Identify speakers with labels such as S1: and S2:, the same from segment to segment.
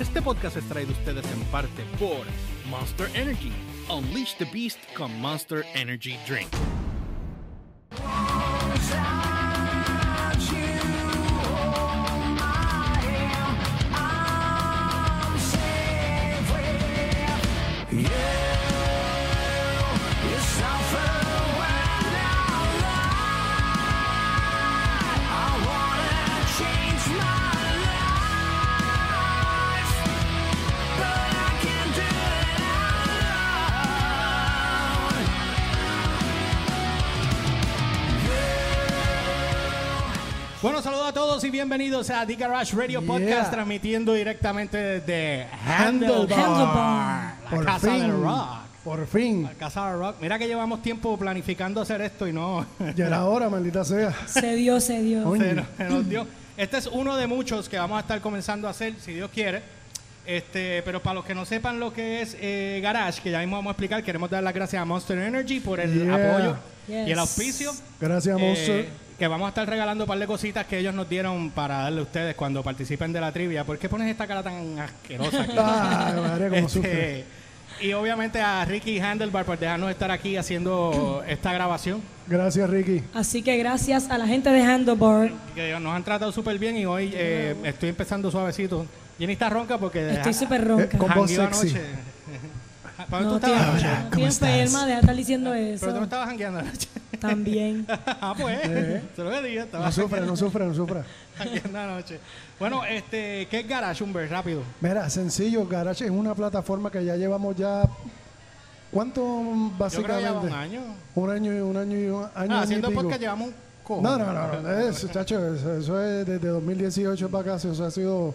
S1: Este podcast es traído a ustedes en parte por Monster Energy. Unleash the Beast con Monster Energy Drink.
S2: Bueno, saludos a todos y bienvenidos a The Garage Radio Podcast, transmitiendo directamente desde Handlebar,
S3: Handlebar.
S2: la
S4: Por
S2: casa
S4: fin.
S2: del rock.
S4: Por fin.
S2: La casa del rock. Mira que llevamos tiempo planificando hacer esto y no
S4: Ya era hora, maldita sea.
S3: Se dio, se dio.
S4: Coño.
S2: se nos, se nos dio. Este es uno de muchos que vamos a estar comenzando a hacer, si Dios quiere. Este, pero para los que no sepan lo que es eh, Garage, que ya mismo vamos a explicar, queremos dar las gracias a Monster Energy por el
S4: Yeah.
S2: apoyo y el
S3: Yes.
S2: auspicio.
S4: Gracias,
S2: Eh,
S4: Monster.
S2: que vamos a estar regalando un par de cositas que ellos nos dieron para darle a ustedes cuando participen de la trivia. ¿Por qué pones esta cara tan asquerosa? aquí?
S4: Ay, María, como
S2: Este,
S4: sufre.
S2: y obviamente a Ricky Handelbar por dejarnos estar aquí haciendo esta grabación.
S4: Gracias, Ricky.
S3: Así que gracias a la gente de Handlebar.
S2: Que nos han tratado súper bien y hoy eh, estoy empezando suavecito. Jenny está ronca porque...
S3: Estoy súper
S4: eh,
S3: ronca.
S4: con-
S3: No,
S4: voz
S2: jangueó
S4: sexy.
S2: anoche. ¿Para dónde tú
S3: tía,
S2: estabas?
S3: no,
S2: anoche?
S3: estoy enferma de estar diciendo
S2: Pero tú no
S3: eso.
S2: estabas jangueando anoche.
S3: También.
S2: ah, pues.
S4: Eh.
S2: Te lo digo,
S4: No
S2: estabas
S4: sufra, no sufra, no sufra.
S2: jangueando anoche. Bueno, este, ¿qué es Garage, Humber? Rápido.
S4: Mira, sencillo, Garage es una plataforma que ya llevamos ya. ¿Cuánto
S2: Yo creo que
S4: básicamente?
S2: lleva un año.
S4: Un año y un año y un año.
S2: Ah,
S4: y
S2: haciendo
S4: pico.
S2: podcast llevamos un cojo.
S4: No, no, no, no, Eso, chacho, eso, eso es desde 2018 para acá, eso ha sido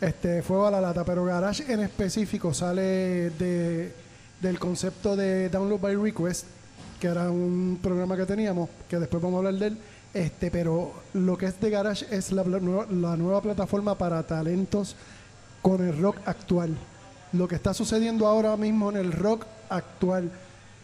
S4: este fuego a la lata, pero Garage en específico sale de, del concepto de Download by Request, que era un programa que teníamos, que después vamos a hablar de él, este, pero lo que es de Garage es la, pla- nueva- la nueva plataforma para talentos con el rock actual. Lo que está sucediendo ahora mismo en el rock actual.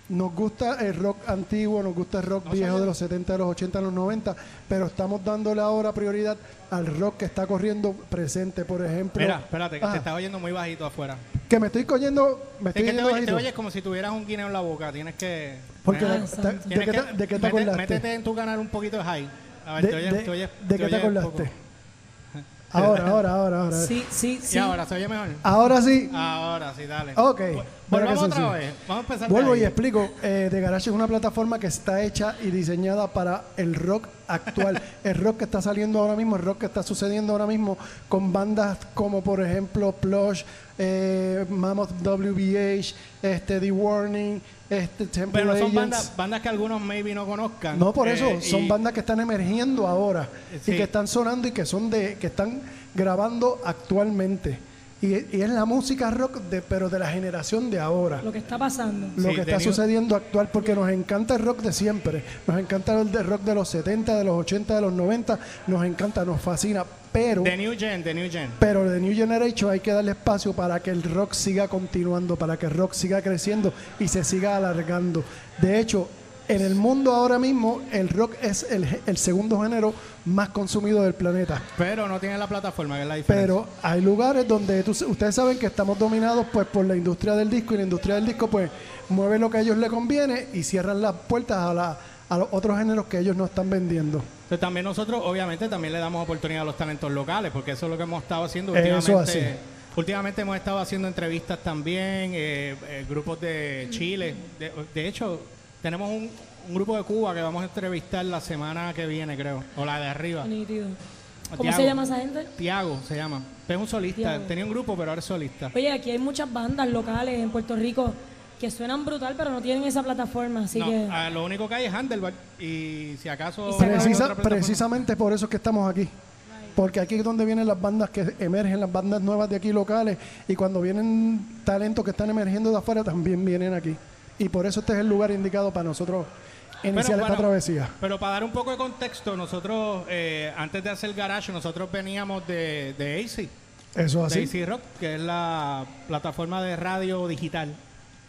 S4: Nos gusta el rock antiguo, nos gusta el rock viejo de los 70, de los 80, de los 90, pero estamos dándole ahora prioridad al rock que está corriendo presente, por ejemplo.
S2: Mira, espérate, que
S4: Ah,
S2: te estaba oyendo muy bajito afuera.
S4: que me estoy cogiendo, me
S2: Es
S4: estoy
S2: que te,
S4: yendo
S2: oye- te
S4: bajito.
S2: oyes como si tuvieras un guineo en la boca. Tienes que...
S4: Porque
S3: Ah,
S4: de-
S3: santo.
S4: de,
S2: Tienes
S4: qué
S2: que-
S4: te, de qué te
S2: mete-
S4: acordaste?
S2: Métete en tu canal un poquito de high. A ver,
S4: ¿De,
S2: te oyes,
S4: de-
S2: te oyes-
S4: de qué te
S2: oyes
S4: acordaste?
S2: poco.
S4: Ahora, ahora, ahora, ahora.
S3: Sí, sí,
S2: Y
S3: sí.
S2: ahora, ¿se oye mejor?
S4: Ahora sí.
S2: Ahora sí, dale.
S4: Ah. Ok,
S2: Vol-
S4: mira
S2: Volvamos
S4: qué
S2: otra
S4: sencillo.
S2: vez. Vamos a empezar de
S4: Vuelvo
S2: ahí.
S4: y explico. Eh, The Garage es una plataforma que está hecha y diseñada para el rock actual. el rock que está saliendo ahora mismo, el rock que está sucediendo ahora mismo con bandas como, por ejemplo, Plush, eh, Mammoth WBH, este, The Warning, este, Temple
S2: Pero son
S4: Agents.
S2: bandas, bandas que algunos maybe no conozcan.
S4: No, por eso,
S2: Eh,
S4: son
S2: y-
S4: bandas que están emergiendo ahora
S2: Sí.
S4: y que están sonando y que son de que están grabando actualmente. Y, y es la música rock de pero de la generación de ahora.
S3: Lo que está pasando.
S4: Lo
S2: Sí,
S4: que está
S2: tenido-
S4: sucediendo actual porque nos encanta el rock de siempre. Nos encanta el de rock de los 70, de los 80, de los 90, nos encanta, nos fascina, pero
S2: The New Gen, The New Gen.
S4: pero de New Generation hay que darle espacio para que el rock siga continuando, para que el rock siga creciendo y se siga alargando. De hecho, en el mundo ahora mismo, el rock es el, el segundo género más consumido del planeta.
S2: Pero no tienen la plataforma, que es la diferencia.
S4: Pero hay lugares donde tú- ustedes saben que estamos dominados pues por la industria del disco y la industria del disco pues mueve lo que a ellos le conviene y cierran las puertas a, la- a los otros géneros que ellos no están vendiendo.
S2: Entonces, también nosotros, obviamente, también le damos oportunidad a los talentos locales, porque eso es lo que hemos estado haciendo
S4: Eso
S2: últimamente.
S4: así.
S2: Últimamente hemos estado haciendo entrevistas también, eh, eh, grupos de Chile. De, de hecho, tenemos un, un grupo de Cuba que vamos a entrevistar la semana que viene, creo, o la de arriba.
S3: Nítido. ¿Cómo
S2: Tiago.
S3: se llama esa gente?
S2: Tiago se llama. Es un solista.
S3: Tiago.
S2: Tenía un grupo, pero ahora es solista.
S3: Oye, aquí hay muchas bandas locales en Puerto Rico que suenan brutal, pero no tienen esa plataforma. Así
S2: No,
S3: que.
S2: ah, lo único que hay es Handelbar. Y si acaso.
S3: Y se acabó.
S4: Precisa-
S2: otra plataforma.
S4: precisamente por eso es que estamos aquí. Porque aquí es donde vienen las bandas que emergen, las bandas nuevas de aquí locales. Y cuando vienen talentos que están emergiendo de afuera, también vienen aquí. Y por eso este es el lugar indicado para nosotros
S2: Bueno,
S4: iniciar esta
S2: bueno,
S4: travesía.
S2: Pero para dar un poco de contexto, nosotros, eh, antes de hacer Garage, nosotros veníamos de, de AC,
S4: Eso es
S2: de
S4: así.
S2: AC Rock, que es la plataforma de radio digital.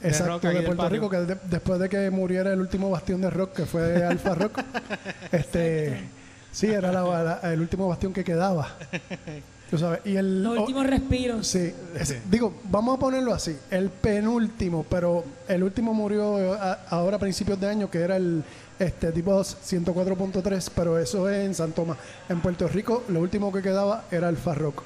S2: de rock
S4: Exacto,
S2: ahí
S4: de
S2: del
S4: Puerto
S2: patio.
S4: Rico, que de- después de que muriera el último bastión de rock, que fue Alfa Rock, este, sí, era la- la- el último bastión que quedaba. Tú sabes, y el...
S2: oh.
S3: Los
S4: o-
S3: últimos respiros.
S4: Sí, es- digo, vamos a ponerlo así, el penúltimo, pero el último murió eh, a- ahora a principios de año, que era el este tipo 104.3, pero eso es en San Tomás. En Puerto Rico lo último que quedaba era el Farrock.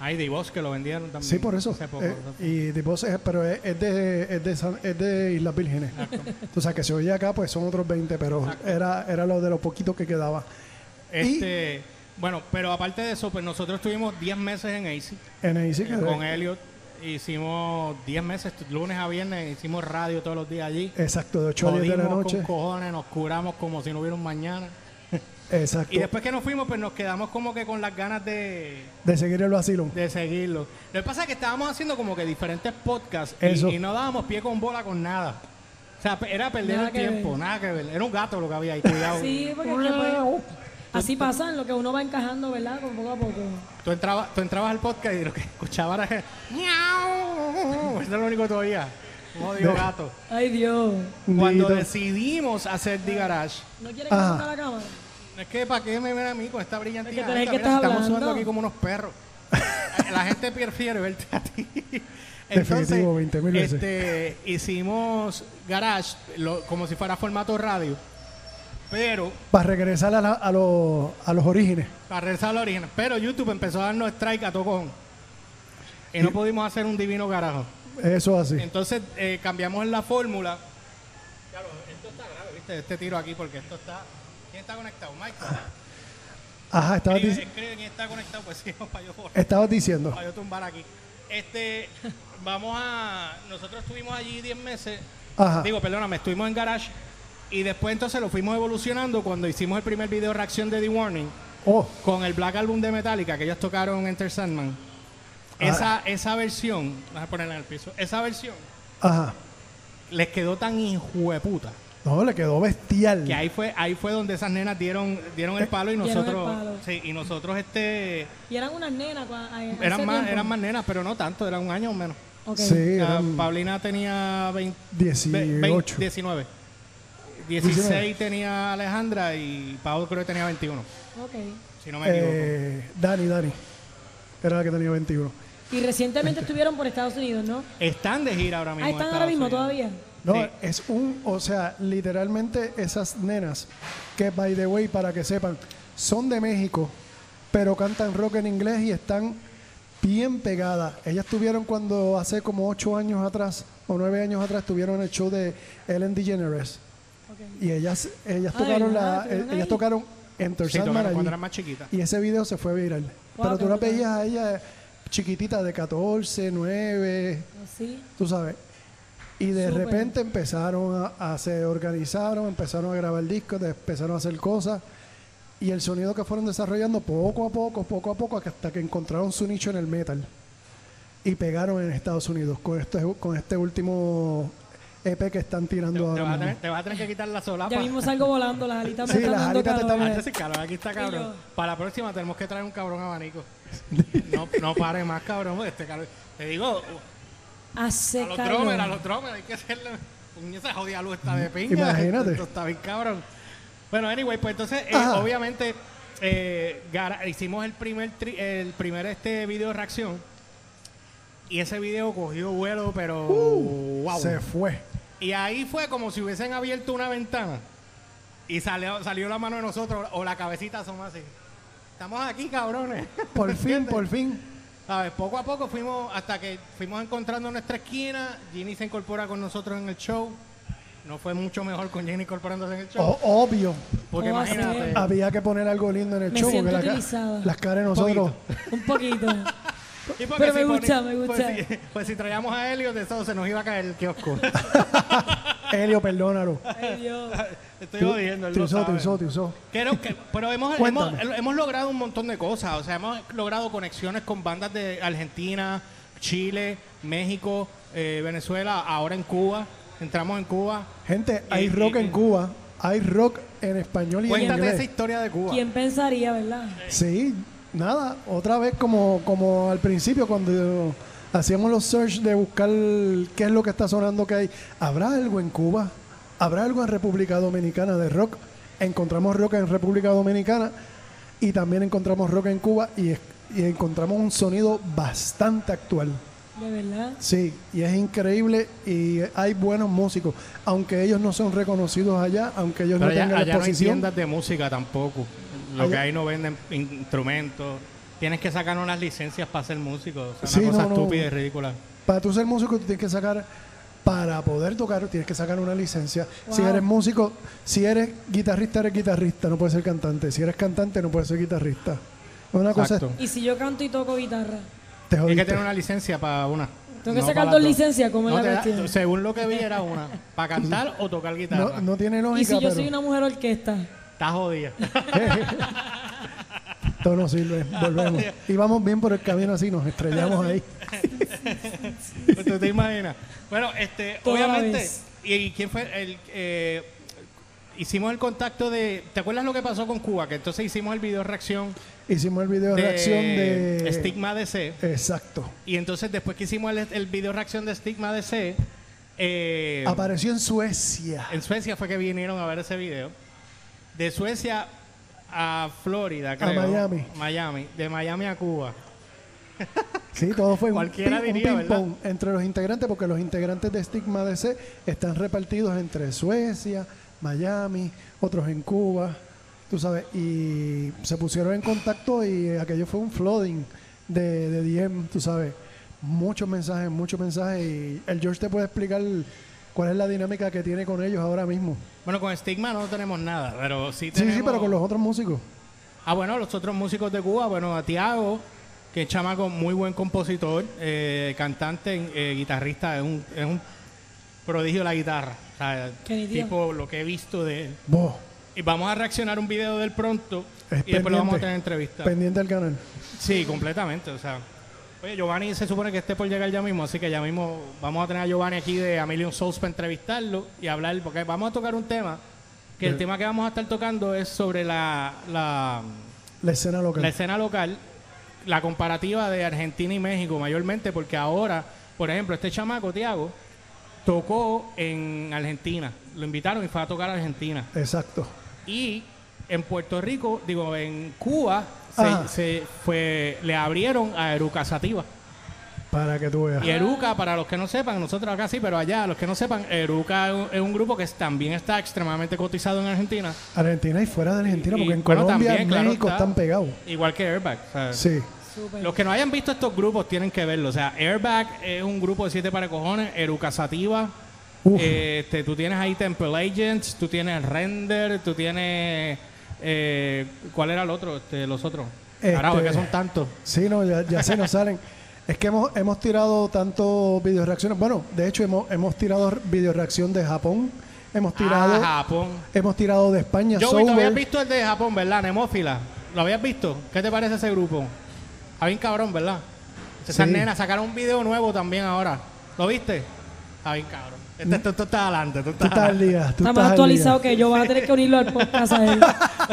S2: Hay de Voz que lo vendieron también.
S4: Sí, por eso.
S2: hace poco.
S4: Eh, y tipo, es- pero es, es de, es, de San- es de Islas Vírgenes. O sea, que se oye acá, pues son otros 20, pero era, era lo de los poquitos que quedaba.
S2: este, bueno, pero aparte de eso, pues nosotros estuvimos 10 meses en AC
S4: En ahí sí que-
S2: eh, con Elliot. Hicimos 10 meses, t- lunes a viernes, hicimos radio todos los días allí.
S4: Exacto, de 8 a 10 de la
S2: Jodimos
S4: noche.
S2: con cojones, nos curamos como si no hubiera un mañana.
S4: Exacto.
S2: Y después que nos fuimos, pues nos quedamos como que con las ganas de,
S4: de seguir el vacilón.
S2: de seguirlo. Lo que pasa es que estábamos haciendo como que diferentes podcasts y-
S4: Eso.
S2: Y, no dábamos pie con bola con nada. O sea, pe- era perder
S3: Nada
S2: el
S3: que
S2: tiempo,
S3: ver.
S2: nada que ver. Era un gato lo que había ahí, cuidado.
S3: Sí, porque es que, pues, así pasa en lo que uno va encajando, ¿verdad? Con poco a poco.
S2: Tú, entrabas, tú entrabas al podcast y lo que escuchabas era... ¡Miau! Eso es lo único que tú oías. No digo gato.
S3: Ay, Dios.
S2: Cuando
S4: Dito.
S2: decidimos hacer The Garage,
S3: ¿No quieres que
S4: Ajá.
S3: ponga la cámara?
S2: no es que para qué me ven a mí con esta brillantina.
S3: Es que tú eres el que
S2: alta,
S3: estás
S2: estamos sudando
S3: hablando.
S2: aquí como unos perros. La gente prefiere verte a ti.
S4: Definitivo, 20.000 veces.
S2: este, hicimos Garage lo- como si fuera formato radio, pero
S4: Para regresar a, la- a los- a los orígenes.
S2: para regresar al origen. Pero YouTube empezó a darnos strike a todo cojón. Y no pudimos hacer un divino garajo.
S4: Eso así.
S2: Entonces eh, cambiamos la fórmula. Claro, esto está grave, ¿viste? Este tiro aquí, porque esto está. ¿Quién está conectado? Michael.
S4: Ajá, estabas,
S2: Escribe,
S4: dic-
S2: escribe quién está conectado, pues sí, para yo,
S4: estabas diciendo.
S2: para yo tumbar aquí. Este, vamos a. Nosotros estuvimos allí 10 meses.
S4: Ajá.
S2: Digo, perdóname, estuvimos en Garage. Y después entonces lo fuimos evolucionando cuando hicimos el primer video reacción de The Warning
S4: Oh,
S2: con el Black Album de Metallica que ellos tocaron Enter Sandman. Esa, esa versión, vas a ponerla en el piso, esa versión
S4: ajá.
S2: les quedó tan hijueputa
S4: No, le quedó bestial.
S2: que ahí fue ahí fue donde esas nenas dieron dieron el palo y
S3: Dieron el
S2: nosotros
S3: palo.
S2: sí, y nosotros este
S3: Y eran unas nenas. cua- a- a ese
S2: eran más
S3: tiempo.
S2: eran más nenas pero no tanto eran un año o menos
S3: Ok.
S4: Sí,
S2: O sea,
S4: eran
S2: Ah, Paulina tenía 20,
S4: 18.
S2: 19 16 tenía Alejandra y Pablo creo que tenía 21
S3: ok.
S2: si no me equivoco
S4: Eh, Dani, Dani. Era la que tenía 21.
S3: Y recientemente estuvieron por Estados Unidos, ¿no?
S2: están de gira ahora mismo
S3: Ah,
S2: en
S3: están ahora
S2: Estados
S3: mismo
S2: Unidos.
S3: todavía.
S4: No,
S2: Sí.
S4: es un, o sea, literalmente esas nenas, que by the way, para que sepan, son de México, pero cantan rock en inglés y están bien pegadas. Ellas tuvieron cuando hace como ocho años atrás o nueve años atrás tuvieron el show de Ellen DeGeneres. Y ellas, ellas
S3: Ah,
S4: tocaron
S3: ¿verdad?
S4: la, eh,
S3: ¿Estuvieron
S4: ellas
S3: ahí?
S4: tocaron Enter
S2: Sí,
S4: Sandman
S2: tocaron cuando
S4: allí.
S2: eran más chiquitas
S4: Y ese video se fue viral. pero
S3: qué
S4: tú la
S3: brutal.
S4: veías a ella chiquitita de 14, 9,
S3: Así.
S4: tú sabes. Y de
S3: Súper.
S4: repente empezaron a, a- se organizaron, empezaron a grabar discos, de- empezaron a hacer cosas. Y el sonido que fueron desarrollando poco a poco, poco a poco, hasta que encontraron su nicho en el metal. Y pegaron en Estados Unidos con, esto, con este último EP que están
S2: te,
S4: tirando
S2: te vas
S4: ahora.
S2: a tener,
S4: mismo.
S2: te vas a tener que quitar la solapa
S3: Ya mismo salgo volando, las alitas me
S4: Sí,
S3: están
S4: las
S3: dando
S4: alitas
S2: Ah,
S4: te están-
S3: calor.
S2: este sí, cabrón, aquí está cabrón.
S3: yo.
S2: Para la próxima tenemos que traer un cabrón abanico. No, no pare más, cabrón. porque Este cabrón. Te digo, a
S3: Hace
S2: los
S3: calor.
S2: drummers, a los drummers, hay que hacerle. Puñeta, Esa jodida luz está de pinga.
S4: Mm, Imagínate.
S2: Esto está bien, cabrón. Bueno, anyway, pues entonces, eh,
S4: Ajá.
S2: obviamente, eh, gara- hicimos el primer, tri- el primer este video de reacción. Y ese video cogió vuelo, pero. Uh, wow.
S4: Uh, Se fue.
S2: Y ahí fue como si hubiesen abierto una ventana y salió, salió la mano de nosotros o la cabecita asoma así. Estamos aquí, cabrones.
S4: Por fin, por fin.
S2: ¿Sabes? Poco a poco fuimos hasta que fuimos encontrando nuestra esquina. Ginny se incorpora con nosotros en el show. No fue mucho mejor con Jenny incorporándose en el show.
S4: O- obvio.
S2: porque
S3: Oh,
S2: imagínate.
S3: sí.
S4: Había que poner algo lindo en el
S3: Me
S4: show.
S3: siento
S4: porque la ca-
S3: utilizada.
S4: las caras de
S2: Un
S4: nosotros.
S3: Un poquito.
S2: Y porque
S3: Pero me
S2: poni-
S3: gusta, me
S2: pues
S3: gusta.
S2: si- Pues si, traíamos a Helios, de eso se nos iba a caer el kiosco.
S4: Helio, perdónalo.
S3: Ay, Dios.
S2: Estoy jodiendo, él
S4: Te
S2: lo
S4: usó, te
S2: sabe.
S4: usó, te usó.
S2: Creo que, pero hemos, hemos,
S4: Cuéntame.
S2: hemos logrado un montón de cosas. O sea, hemos logrado conexiones con bandas de Argentina, Chile, México, eh, Venezuela, ahora en Cuba. Entramos en Cuba.
S4: Gente, hay
S2: Y-
S4: rock
S2: y-
S4: en Cuba, hay rock en español y en
S2: Cuéntate esa
S4: inglés.
S2: historia de Cuba.
S3: ¿Quién pensaría, verdad?
S4: Sí, nada, otra vez como, como al principio cuando hacíamos los search de buscar qué es lo que está sonando que hay. ¿Habrá algo en Cuba? ¿Habrá algo en República Dominicana de rock? Encontramos rock en República Dominicana y también encontramos rock en Cuba y es- y encontramos un sonido bastante actual.
S3: De verdad.
S4: Sí, y es increíble y hay buenos músicos, aunque ellos no son reconocidos allá, aunque ellos
S2: Pero
S4: no tengan
S2: allá, allá no hay
S4: exposición.
S2: tiendas de música tampoco. Lo
S4: Allá-
S2: que hay no venden in- instrumentos. Tienes que sacar unas licencias para ser músico. O sea,
S4: Sí,
S2: una cosa
S4: no, no.
S2: estúpida y ridícula.
S4: Para tú ser músico, tú tienes que sacar, para poder tocar, tienes que sacar una licencia. Si
S3: Wow.
S4: eres músico, si eres guitarrista, eres guitarrista, no puedes ser cantante. Si eres cantante, no puedes ser guitarrista. Es Una
S2: Exacto.
S4: cosa,
S3: Y si yo canto y toco guitarra.
S4: te
S2: Hay
S4: jodiste.
S2: que tener una licencia para una.
S3: Tengo que
S2: No
S3: sacar
S2: para
S3: dos
S2: las
S3: licencias, ¿cómo es
S2: No
S3: la
S2: te da-
S3: cuestión?
S2: según lo que vi era una. Para cantar o tocar guitarra.
S4: no, no tiene
S3: y
S4: lógica,
S3: si yo
S4: pero
S3: soy una mujer orquesta.
S2: Está jodida.
S4: esto no sirve. Volvemos. Y vamos bien por el camino así, nos estrellamos ahí.
S2: ¿Tú te imaginas? Bueno, este,
S3: Toda la
S2: obviamente.
S3: vez.
S2: ¿Y, y quién fue? El, eh, hicimos el contacto de. ¿Te acuerdas lo que pasó con Cuba? Que entonces hicimos el video reacción
S4: Hicimos el video de reacción de...
S2: Stigma DC.
S4: Exacto.
S2: Y entonces, después que hicimos el, el video reacción de Stigma DC, eh,
S4: Apareció en Suecia.
S2: en Suecia fue que vinieron a ver ese video. De Suecia a Florida, creo.
S4: Miami.
S2: Miami. De Miami a Cuba.
S4: Sí, todo fue un, ping,
S2: Cualquiera
S4: un
S2: diría,
S4: ping pong entre los integrantes, porque los integrantes de Stigma DC están repartidos entre Suecia, Miami, otros en Cuba, tú sabes, y se pusieron en contacto y aquello fue un flooding de, de DM, tú sabes, muchos mensajes, muchos mensajes, y el George te puede explicar cuál es la dinámica que tiene con ellos ahora mismo.
S2: Bueno, con Stigma no tenemos nada, pero sí
S4: Sí,
S2: tenemos...
S4: sí, pero con los otros músicos.
S2: Ah, bueno, los otros músicos de Cuba, bueno, a Tiago, que es chamaco, muy buen compositor, eh, cantante, eh, guitarrista, es un, es un prodigio de la guitarra. O sea,
S3: Qué nítido.
S2: tipo lo que he visto de él.
S4: Vos,
S2: Y vamos a reaccionar un video del pronto
S4: Es
S2: y después lo vamos
S4: pendiente.
S2: a tener entrevista.
S4: pendiente del canal.
S2: Sí, completamente, o sea. Oye, Giovanni se supone que esté por llegar ya mismo, así que ya mismo vamos a tener a Giovanni aquí de A Million Souls para entrevistarlo y hablar, porque vamos a tocar un tema, que el tema que vamos a estar tocando es sobre la, la,
S4: La escena local.
S2: la escena local, la comparativa de Argentina y México mayormente, porque ahora, por ejemplo, este chamaco, Tiago, tocó en Argentina, lo invitaron y fue a tocar a Argentina.
S4: Exacto.
S2: Y en Puerto Rico, digo, en Cuba,
S4: Ajá.
S2: se, se fue, le abrieron a Eruca Sativa.
S4: Para que tú veas.
S2: Y Eruca, para los que no sepan, nosotros acá sí, pero allá, los que no sepan, Eruca es un, es un grupo que es- también está extremadamente cotizado en Argentina.
S4: Argentina y fuera de Argentina,
S2: Y,
S4: porque en
S2: bueno,
S4: Colombia
S2: también, claro
S4: México
S2: está.
S4: están pegados.
S2: Igual que Airbag. o sea,
S4: Sí,
S3: Súper.
S2: Los que no hayan visto estos grupos tienen que verlo. O sea, Airbag es un grupo de siete para cojones, Eruca Sativa.
S4: Uf.
S2: eh, este, tú tienes ahí Temple Agents, tú tienes Render, tú tienes. eh, ¿Cuál era el otro? Este, los otros.
S4: Este-
S2: Carajo, es que son tantos.
S4: sí, no, ya, ya se nos salen. Es que hemos, hemos tirado tantos video reacciones. Bueno, de hecho, hemos, hemos tirado video reacción de Japón, hemos tirado,
S2: Ah, Japón.
S4: hemos tirado de España,
S2: Joey, ¿tú habías
S4: Sober.
S2: visto el de Japón, verdad? Nemófila. ¿Lo habías visto? ¿Qué te parece ese grupo? Está bien cabrón, ¿verdad? Esas
S4: Sí.
S2: nenas sacaron un video nuevo también ahora. ¿Lo viste? Está bien cabrón. Este, tú, tú estás adelante, tú
S4: Tú
S2: estás
S4: estás Mm. al día, tú
S3: Está
S4: estás
S3: más
S4: al
S3: actualizado
S4: día.
S3: que yo. Van a tener que unirlo al podcast a él.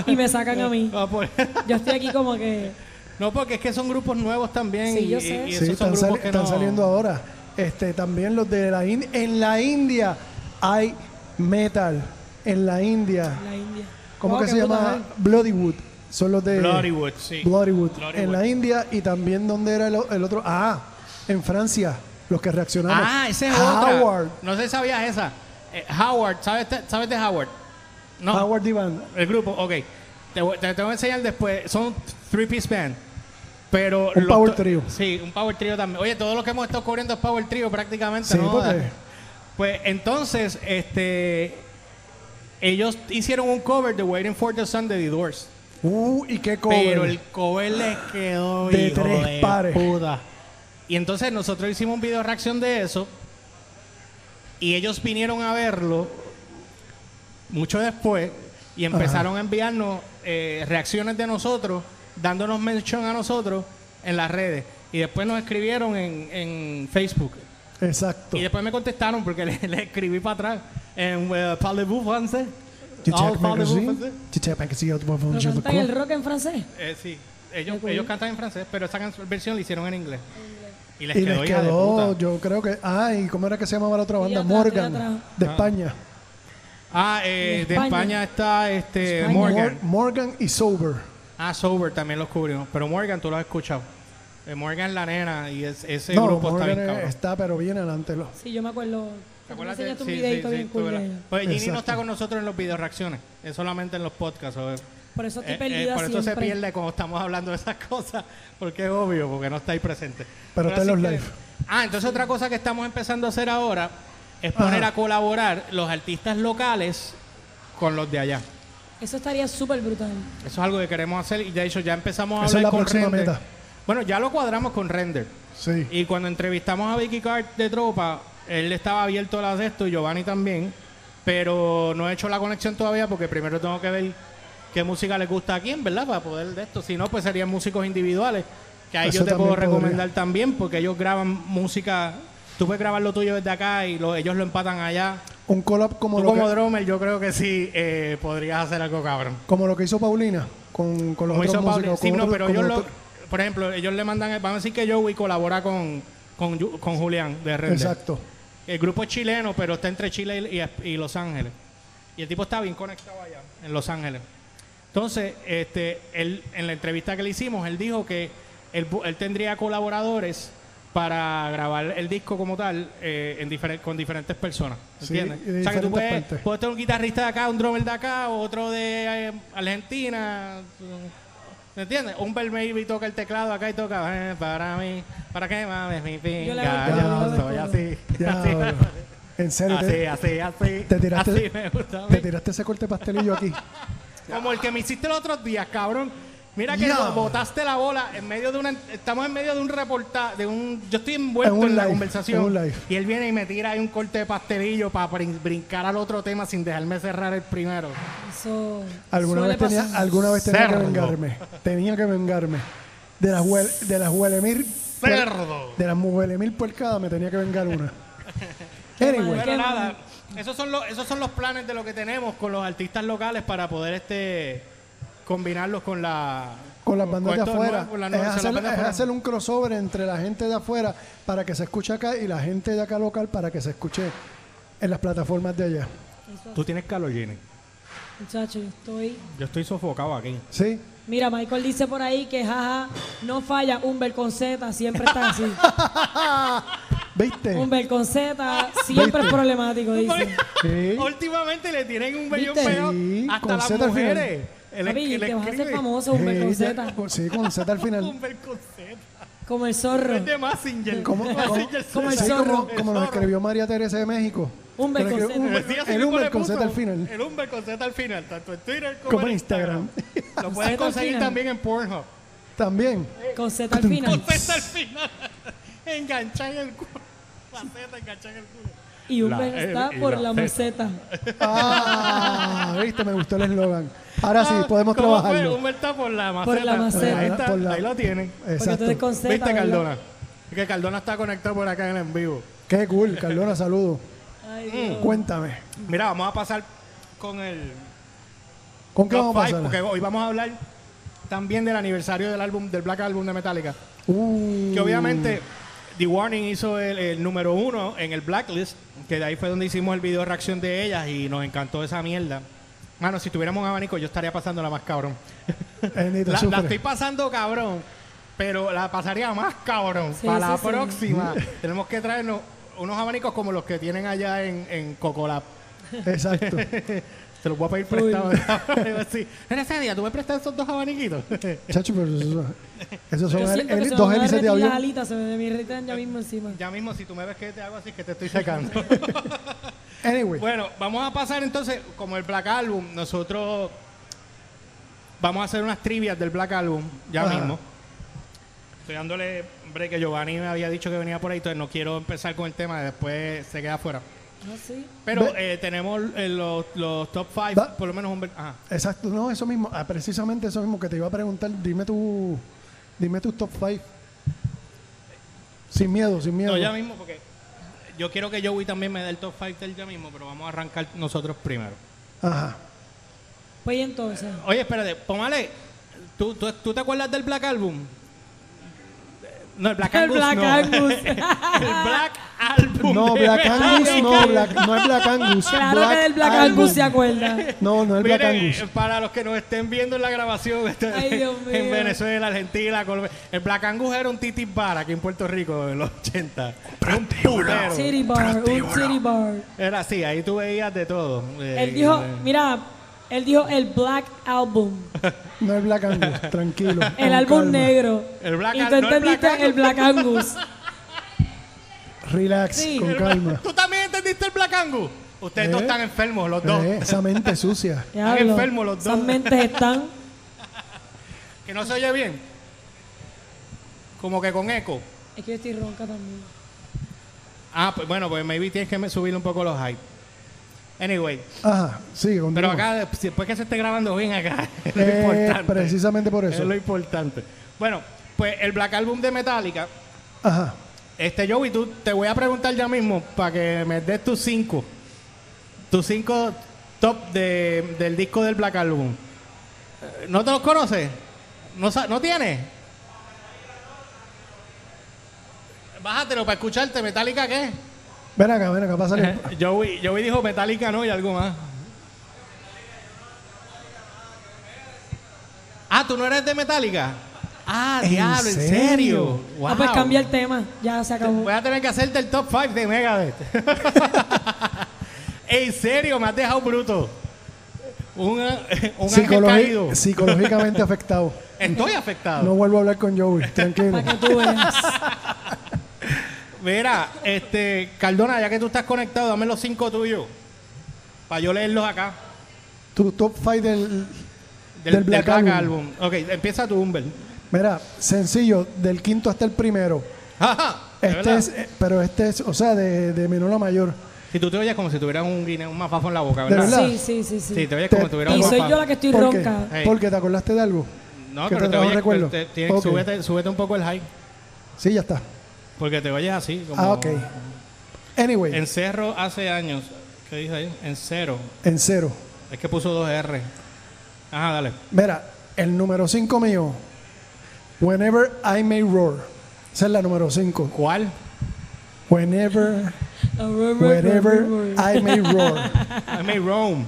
S3: Y me sacan a mí.
S2: Ah, por-
S3: Yo estoy aquí como que...
S2: No, porque es que son grupos nuevos también.
S3: Sí,
S2: y,
S3: yo sé.
S2: y- y esos
S4: Sí,
S2: son
S4: están,
S2: grupos
S4: sali-
S2: que
S4: están
S2: no-
S4: saliendo ahora. Este, también los de la India. En la India hay metal. En la India.
S3: La India.
S4: ¿Cómo
S3: Wow,
S4: que
S3: qué
S4: se
S3: brutal.
S4: llama? Bloodywood. Son los de.
S2: Bloodywood, sí.
S4: Bloodywood.
S2: Bloodywood.
S4: En la India y también donde era el, o- el otro. Ah, en Francia. Los que reaccionaron.
S2: Ah, ese es
S4: Howard.
S2: otra. No sé si sabías esa. Eh, Howard, ¿sabes, de- ¿sabes de Howard? No.
S4: Howard Divan.
S2: El grupo, ok. Te, voy- te tengo que enseñar después. Son three piece band. Pero
S4: Un
S2: los
S4: power
S2: to-
S4: trio.
S2: Sí, un power trio también. Oye, todo lo que hemos estado cubriendo es power trio prácticamente.
S4: Sí,
S2: ¿no?
S4: porque-
S2: Pues entonces, este, ellos hicieron un cover de Waiting for the Sun de The Doors.
S4: Uh, y qué cover.
S2: Pero el cover les quedó
S4: De
S2: hijo
S4: tres
S2: de
S4: pares.
S2: puta. Y entonces nosotros hicimos un video reacción de eso. Y ellos vinieron a verlo mucho después y empezaron a enviarnos eh, reacciones de nosotros, dándonos mención a nosotros en las redes. Y después nos escribieron en, en Facebook.
S4: Exacto.
S2: Y después me contestaron porque le, le escribí para atrás en eh, Parlez-vous français.
S4: Chichak
S2: Ah, Parlez-vous
S4: Magazine.
S2: français.
S4: Chichak Magazine, Outbound
S3: ¿Lo
S4: Function
S3: cantan
S4: Club.
S3: el rock en francés?
S2: Eh, sí, ellos,
S3: ¿De acuerdo?
S2: ellos cantan en francés, pero esa can- versión la hicieron en inglés. Y les
S4: Y
S2: quedó,
S4: les
S2: hija de
S4: quedó,
S2: puta.
S4: yo creo que. Ah, y cómo era que se llamaba la otra
S3: Estoy
S4: banda?
S3: atrás, estoy
S4: Morgan.
S3: atrás.
S4: De España.
S2: Ah, eh,
S3: En
S2: de
S3: España.
S2: España está este
S3: España.
S2: Morgan.
S4: Mor- Morgan y Sober.
S2: Ah, Sober también los cubrimos. Pero Morgan, tú lo has escuchado. Eh, Morgan la nena y es- ese
S4: no,
S2: grupo está bien
S4: Morgan este.
S2: cabrón.
S4: está, pero bien adelante. lo-
S3: Sí, yo me
S2: ¿Te
S3: acuerdo. tú me
S2: acuerdas de-
S3: enseñaste un
S2: sí, sí,
S3: videito
S2: sí,
S3: bien
S2: tú
S3: cool de
S2: verás.
S3: ella.
S2: Pues Ginny no
S4: Exacto.
S2: está con nosotros en los video reacciones, es solamente en los podcasts. o-
S3: Por eso estoy
S2: eh, eh,
S3: perdida
S2: por eso
S3: siempre.
S2: se pierde cuando estamos hablando de esas cosas, porque es obvio, porque no estáis presente.
S4: Pero está en
S2: así
S4: los
S2: que-
S4: live.
S2: Ah, entonces otra cosa que estamos empezando a hacer ahora es poner
S4: Ajá.
S2: a colaborar los artistas locales con los de allá.
S3: Eso estaría súper brutal.
S2: Eso es algo que queremos hacer y de hecho ya empezamos a
S4: Esa es
S2: hablar
S4: la
S2: con
S4: próxima
S2: Render.
S4: meta.
S2: Bueno, ya lo cuadramos con Render.
S4: Sí.
S2: Y cuando entrevistamos a Vicky Cart de Tropa, él estaba abierto a las de esto y Giovanni también, pero no he hecho la conexión todavía porque primero tengo que ver qué música le gusta a quién, ¿verdad? Para poder de esto. Si no, pues serían músicos individuales, que ahí
S4: Eso
S2: yo te puedo
S4: también podría.
S2: recomendar también porque ellos graban música. Tú puedes grabar lo tuyo desde acá y lo- ellos lo empatan allá.
S4: Un collab como
S2: Tú
S4: lo,
S2: como
S4: que,
S2: drummer, yo creo que sí eh, podrías hacer algo cabrón.
S4: como lo que hizo Paulina con, con los
S2: Como hizo
S4: otros
S2: Pauli.
S4: músicos.
S2: Sí,
S4: con
S2: no,
S4: otros-
S2: pero
S4: con
S2: ellos
S4: otros-
S2: lo- por ejemplo, ellos le mandan, van a decir que Joey colabora con, con, Yu- con Julián de Render.
S4: Exacto.
S2: El grupo es chileno, pero está entre Chile y, y Los Ángeles. Y el tipo está bien conectado allá, en Los Ángeles. Entonces, este, él, en la entrevista que le hicimos, él dijo que él, bu- él tendría colaboradores para grabar el disco como tal eh, en diferen- con diferentes personas.
S4: Sí,
S2: ¿Entiendes?
S4: y de
S2: o sea, que tú
S4: diferentes
S2: puedes,
S4: partes.
S2: puedes tener un guitarrista de acá, un drummer de acá, otro de eh, Argentina. ¿Me entiendes? Un Bell Maybe toca el teclado acá y toca eh, para mí, para que mames mi
S3: Yo le
S2: pinga.
S3: hago todo,
S2: Yo
S3: yo
S2: soy
S3: le hago
S2: así.
S4: Ya,
S2: así.
S4: bro. en serio,
S2: Así,
S4: te,
S2: así, así.
S4: te tiraste-
S2: Así me gusta a mí.
S4: te tiraste ese corte pastelillo aquí.
S2: Como el que me hiciste los otros días, cabrón. Mira que
S4: Ya.
S2: nos botaste la bola en medio de una. Estamos en medio de un reportaje, de un. Yo estoy envuelto
S4: En
S2: en,
S4: un
S2: la
S4: live,
S2: conversación.
S4: en un live.
S2: Y él viene y me tira ahí un corte de pastelillo para brin- brincar al otro tema sin dejarme cerrar el primero.
S3: Eso.
S4: Alguna
S3: suele
S4: vez, tenía,
S3: pasar.
S4: alguna vez tenía que
S2: Cerdo.
S4: vengarme. Tenía que vengarme. De las huele, de las huelemir.
S2: Cerdo.
S4: De, las huelemir puercadas me tenía que vengar una.
S3: Pues
S4: Anyway,
S3: madre.
S2: Pero
S3: qué
S2: nada,
S3: bueno.
S2: esos son, los, esos son los planes de lo que tenemos con los artistas locales para poder este combinarlos con la
S4: con las bandas de
S2: esto
S4: afuera.
S2: nuevo, con la
S4: es
S2: nueva- con las
S4: hacer,
S2: bandas
S4: es
S2: afuera.
S4: hacer un crossover entre la gente de afuera para que se escuche acá y la gente de acá local para que se escuche en las plataformas de allá.
S2: Tú tienes calor, Jenny.
S3: Muchacho, yo estoy.
S2: Yo estoy sofocado aquí.
S4: ¿Sí?
S3: Mira, Michael dice por ahí que jaja, no falla, Humber con Z siempre está así.
S4: ¿Viste?
S3: Humber con Z siempre es problemático, dice.
S4: Sí.
S2: Últimamente le tienen un bello
S3: ¿Viste?
S2: feo
S4: Sí,
S2: hasta
S4: con
S2: las
S4: Z al final.
S2: mujeres. Él es-
S3: Papi,
S2: él
S3: te vas a hacer
S2: escribe.
S3: famoso, Humber con
S4: Sí, ya-
S3: Z,
S4: con- sí, con Z al final.
S2: Humber con Z.
S3: como el zorro.
S2: Es de Massinger.
S4: Como, como,
S2: Massinger
S3: Como el
S4: sí,
S2: Z.
S4: como,
S3: zorro.
S4: como nos escribió María Teresa de México.
S3: Un
S4: Que le
S3: beso,
S4: escribió
S3: Z.
S4: un be-
S2: Así
S4: El
S2: mismo
S4: Humber
S2: le
S4: con
S2: puso,
S4: Z al final.
S2: El Humber con Z al final, tanto en Twitter como,
S4: Como en Instagram.
S2: Lo
S3: Z
S2: puedes
S3: al
S2: conseguir
S3: final.
S2: también en Pornhub.
S4: También.
S3: Con Z al final.
S2: Con Z pues, al final. Enganchar en el culo. La Z enganchar en el culo.
S3: Y Humber
S2: La
S3: está
S2: L y
S3: por
S2: la
S3: la
S2: Z.
S3: meseta.
S4: Ah, viste, me gustó el eslogan. Ahora Ah, sí, podemos
S2: Ah, ¿Cómo fue?
S4: trabajarlo.
S2: Humber está por la maceta.
S3: Por la maceta.
S2: Ahí, está,
S4: Por la-
S2: ahí lo tienen.
S3: Porque tú eres
S4: Exacto.
S3: con Z.
S2: Viste,
S3: ¿verdad?
S2: Cardona. Es que Cardona está conectado por acá en el en vivo.
S4: Qué cool, Carlona, saludo.
S3: Ay, Dios.
S2: Mm.
S4: Cuéntame,
S2: Mira, vamos a pasar con el
S4: ¿con qué
S2: top
S4: vamos a
S2: five, porque
S4: pasar?
S2: hoy vamos a hablar también del aniversario del álbum, del Black Album de Metallica.
S4: Uh,
S2: Que obviamente
S3: Mm.
S2: The Warning hizo el, el número uno en el Blacklist, que de ahí fue donde hicimos el video de reacción de ellas y nos encantó esa mierda. Mano, si tuviéramos un abanico yo estaría pasándola más cabrón.
S4: bendito,
S2: La, la
S4: sufre.
S2: estoy pasando cabrón, pero la pasaría más cabrón.
S3: Sí,
S2: Para la
S3: sí, sí.
S2: próxima tenemos que traernos unos abanicos como los que tienen allá en, en Cocolab.
S4: Exacto.
S2: Se los voy a pedir prestado. Digo así, "Mira, ese día tú me prestas esos dos abaniquitos.
S4: Chacho, pero eso- esos son
S3: Yo
S4: el-
S3: siento que
S4: el-
S3: se me
S4: dos
S3: van a
S4: hélices de
S3: derretir las
S4: avión.
S3: alitas, se me derriten ya mismo encima.
S2: ya mismo, si tú me ves que te hago así, que te estoy sacando.
S4: Anyway,
S2: bueno, vamos a pasar entonces, como el Black Album, nosotros vamos a hacer unas trivias del Black Album ya
S4: Ajá.
S2: mismo. Estoy dándole break que Giovanni me había dicho que venía por ahí, entonces no quiero empezar con el tema, después se queda afuera.
S3: No, Ah, sí.
S2: Pero
S4: Ve-
S2: eh, tenemos eh, los, los top 5,
S4: Va-
S2: por lo menos un... ver- Ajá.
S4: exacto, no, eso mismo, ah, precisamente eso mismo que te iba a preguntar, dime tu, dime tus top 5. Sin miedo, sin miedo.
S2: No, ya mismo, porque yo quiero que Joey también me dé el top 5 del ya mismo, pero vamos a arrancar nosotros primero.
S4: Ajá.
S3: Pues y entonces,
S2: Oye, espérate, póngale. ¿Tú, tú, tú te acuerdas del Black Album? No, el Black
S3: El
S2: Album.
S3: Black
S2: no.
S3: Angus.
S2: el Black Album. Angus.
S4: No,
S2: de
S4: Black Angus no,
S2: Metallica.
S4: Black- no es Black Angus.
S3: Claro que del Black Angus se acuerda.
S4: No, no es Black
S2: Miren,
S4: Angus.
S2: eh, para los que nos estén viendo en la grabación, este,
S3: Ay, Dios
S2: en
S3: mío.
S2: Venezuela, Argentina, Colombia. El Black Angus era un titis bar aquí en Puerto Rico en los 80. Era un putero.
S3: City Bar, un City Bar.
S2: Era así, ahí tú veías de todo. Eh,
S3: Él dijo,
S2: eh,
S3: mira, él dijo el Black Album,
S4: No es Black
S2: eh.
S4: Angus, tranquilo. con
S3: el álbum
S4: calma.
S3: negro.
S2: El Black
S3: y
S2: Al-
S3: tú
S2: no el Black
S3: entendiste el Black Angus.
S4: Relax,
S3: Sí.
S4: con calma.
S2: ¿Tú también entendiste el Black Angus? Ustedes
S4: Eh.
S2: dos están enfermos, los dos.
S4: Eh, esa mente sucia.
S3: Diablo,
S2: Están enfermos los dos.
S3: Esas mentes están.
S2: Que no se oye bien. Como que con eco.
S3: Es que yo estoy ronca también.
S2: Ah, pues bueno, pues maybe tienes que me- subirle un poco los hype. Anyway,
S4: Ajá, sigue,
S2: pero
S4: continúa.
S2: acá, después que se esté grabando bien acá, es lo
S4: Eh,
S2: importante.
S4: precisamente por eso.
S2: Es lo importante. Bueno, pues el Black Album de Metallica.
S4: Ajá.
S2: Este, Joey, tú te voy a preguntar ya mismo para que me des tus cinco. Tus cinco top de- del disco del Black Album. Eh, ¿No te los conoces? ¿No, sa- ¿No tienes? Bájatelo para escucharte. ¿Metallica qué?
S4: Ven acá, ven acá, pásale.
S2: Joey, Joey dijo Metallica no y algo más. Ah, tú no eres de Metallica. Ah,
S4: ¿En
S2: diablo, en
S4: serio?
S2: serio.
S3: Ah, pues
S2: Wow.
S3: cambia el tema. Ya se acabó.
S2: Voy a tener que hacerte el top 5 de Megadeth. en serio, me has dejado bruto. Un, eh, un ángel
S4: Psicológi-
S2: caído.
S4: Psicológicamente afectado.
S2: Estoy afectado.
S4: No vuelvo a hablar con Joey, tranquilo.
S3: Para que tú veas.
S2: Mira, este, Cardona, ya que tú estás conectado, dame los cinco tuyos. Para yo leerlos acá.
S4: Tu top 5 del,
S2: Del, del Black, Album. Ok, empieza tu Humber.
S4: Mira, sencillo, del quinto hasta el primero.
S2: Ajá. de
S4: Este
S2: verdad.
S4: es, eh, pero este es, o sea, de, de menor a mayor.
S2: Si tú te oyes como si tuvieras un guineo, un mafafo en la boca,
S4: ¿De
S2: ¿verdad?
S4: verdad?
S3: Sí, sí, sí, sí.
S2: Sí, te oyes como si
S4: Te-
S2: tuvieras un
S3: y soy
S2: mafafo.
S3: yo la que estoy
S4: ¿Por qué?
S3: ronca.
S2: Hey.
S4: Porque te acordaste de algo.
S2: No,
S4: que
S2: pero
S4: te
S2: te
S4: trajo
S2: oyes,
S4: recuerdo.
S2: te- tienes-
S4: Ok.
S2: súbete, súbete un poco el high.
S4: Sí, ya está.
S2: Porque te oyes así. Como
S4: Ah, ok. Anyway,
S2: En
S4: en,
S2: cerro hace años. ¿Qué dice ahí? En cero.
S4: cero.
S2: Es que puso dos R. Ajá, dale.
S4: Mira, el número 5 mío. Whenever I may roar. Esa es la número 5.
S2: ¿Cuál?
S4: Whenever,
S3: Ah, ru, ru,
S4: wherever
S3: ru, ru, ru.
S4: I may roar.
S2: I may roam.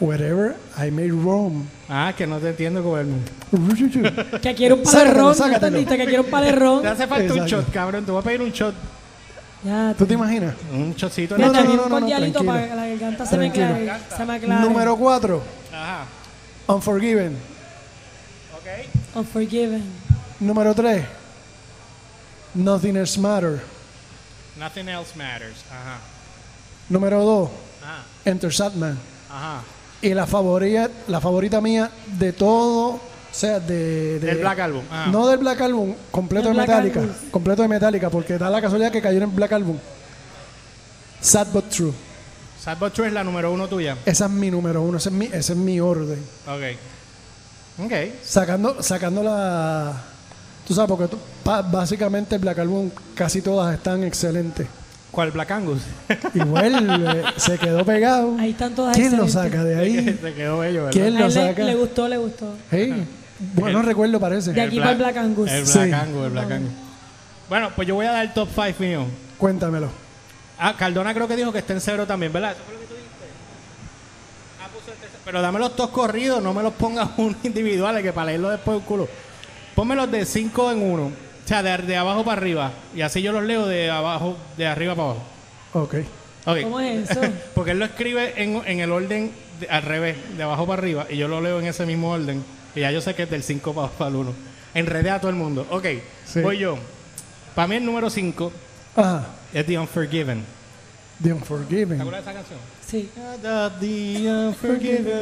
S4: Wherever I may roam.
S2: Ah, que no te entiendo con el...
S3: Que quiero un
S4: Sácatelo,
S3: palerrón. ¿No
S4: sácatelo.
S3: entendiste? Que quiero un palerrón.
S2: Te hace falta un
S4: Exacto.
S2: shot, cabrón. Te voy a pedir un shot.
S3: Ya,
S4: ¿Tú te imaginas?
S2: Un shotcito.
S4: No,
S3: Ya,
S4: no,
S3: ya,
S4: no,
S3: bien
S4: no, no,
S3: cordialito
S4: tranquilo.
S3: para que la garganta se me
S4: Tranquilo.
S3: aclare. Se me aclare.
S4: Número 4.
S2: Ajá.
S4: Unforgiven.
S2: Ok.
S3: Unforgiven.
S4: Número 3. Nothing else matter.
S2: Nothing else matters. Ajá.
S4: Número 2.
S2: Ajá.
S4: Enter Satman.
S2: Ajá.
S4: Y la favorita, la favorita mía de todo, o sea, de, de-
S2: Del Black Album. Ah.
S4: Eh, No del Black Album, completo
S3: Del
S4: de
S3: Black
S4: Metallica.
S3: Album.
S4: Completo de Metallica, porque da la casualidad que cayó en Black Album. Sad But True.
S2: Salvo True es la número uno tuya.
S4: Esa es mi número uno, ese es mi, ese es mi orden.
S2: Ok. Ok.
S4: Sacando, sacando la... Tú sabes, porque tú- pa- básicamente el Black Album casi todas están excelentes.
S2: ¿Cuál Black Angus?
S4: Y vuelve, se quedó pegado.
S3: Ahí están todas
S4: ¿Quién lo
S3: excelentes.
S4: saca de ahí?
S2: Se quedó bello, ¿verdad?
S4: ¿Quién
S3: A
S4: lo
S3: él le,
S4: saca?
S3: le gustó, le gustó.
S4: Hey, bueno recuerdo parece.
S3: De aquí para el Black Angus.
S2: El
S4: Sí.
S2: Black Angus, el Black Angus. Bueno, pues yo voy a dar el top 5 mío.
S4: Cuéntamelo.
S2: Ah, Cardona creo que dijo que está en cero también, ¿verdad? Eso fue lo que tú dijiste. Ah, puso el tercero. Pero dame los dos corridos, no me los pongas uno individuales, que para leerlo después un culo. Pónmelos de 5 en uno. O sea, de, de abajo para arriba. Y así yo los leo de abajo, de arriba para abajo.
S4: Ok.
S2: Ok.
S3: ¿Cómo es eso?
S2: Porque él lo escribe en, en el orden de- al revés, de abajo para arriba, y yo lo leo en ese mismo orden. Y ya yo sé que es del 5 para, el 1. Enredé a todo el mundo. Ok,
S4: Sí.
S2: voy yo. Para mí el número 5
S4: Ajá.
S2: es The Unforgiven.
S4: The
S2: ¿Te
S4: Unforgiven.
S2: acuerdas de esa canción?
S3: Sí.
S2: The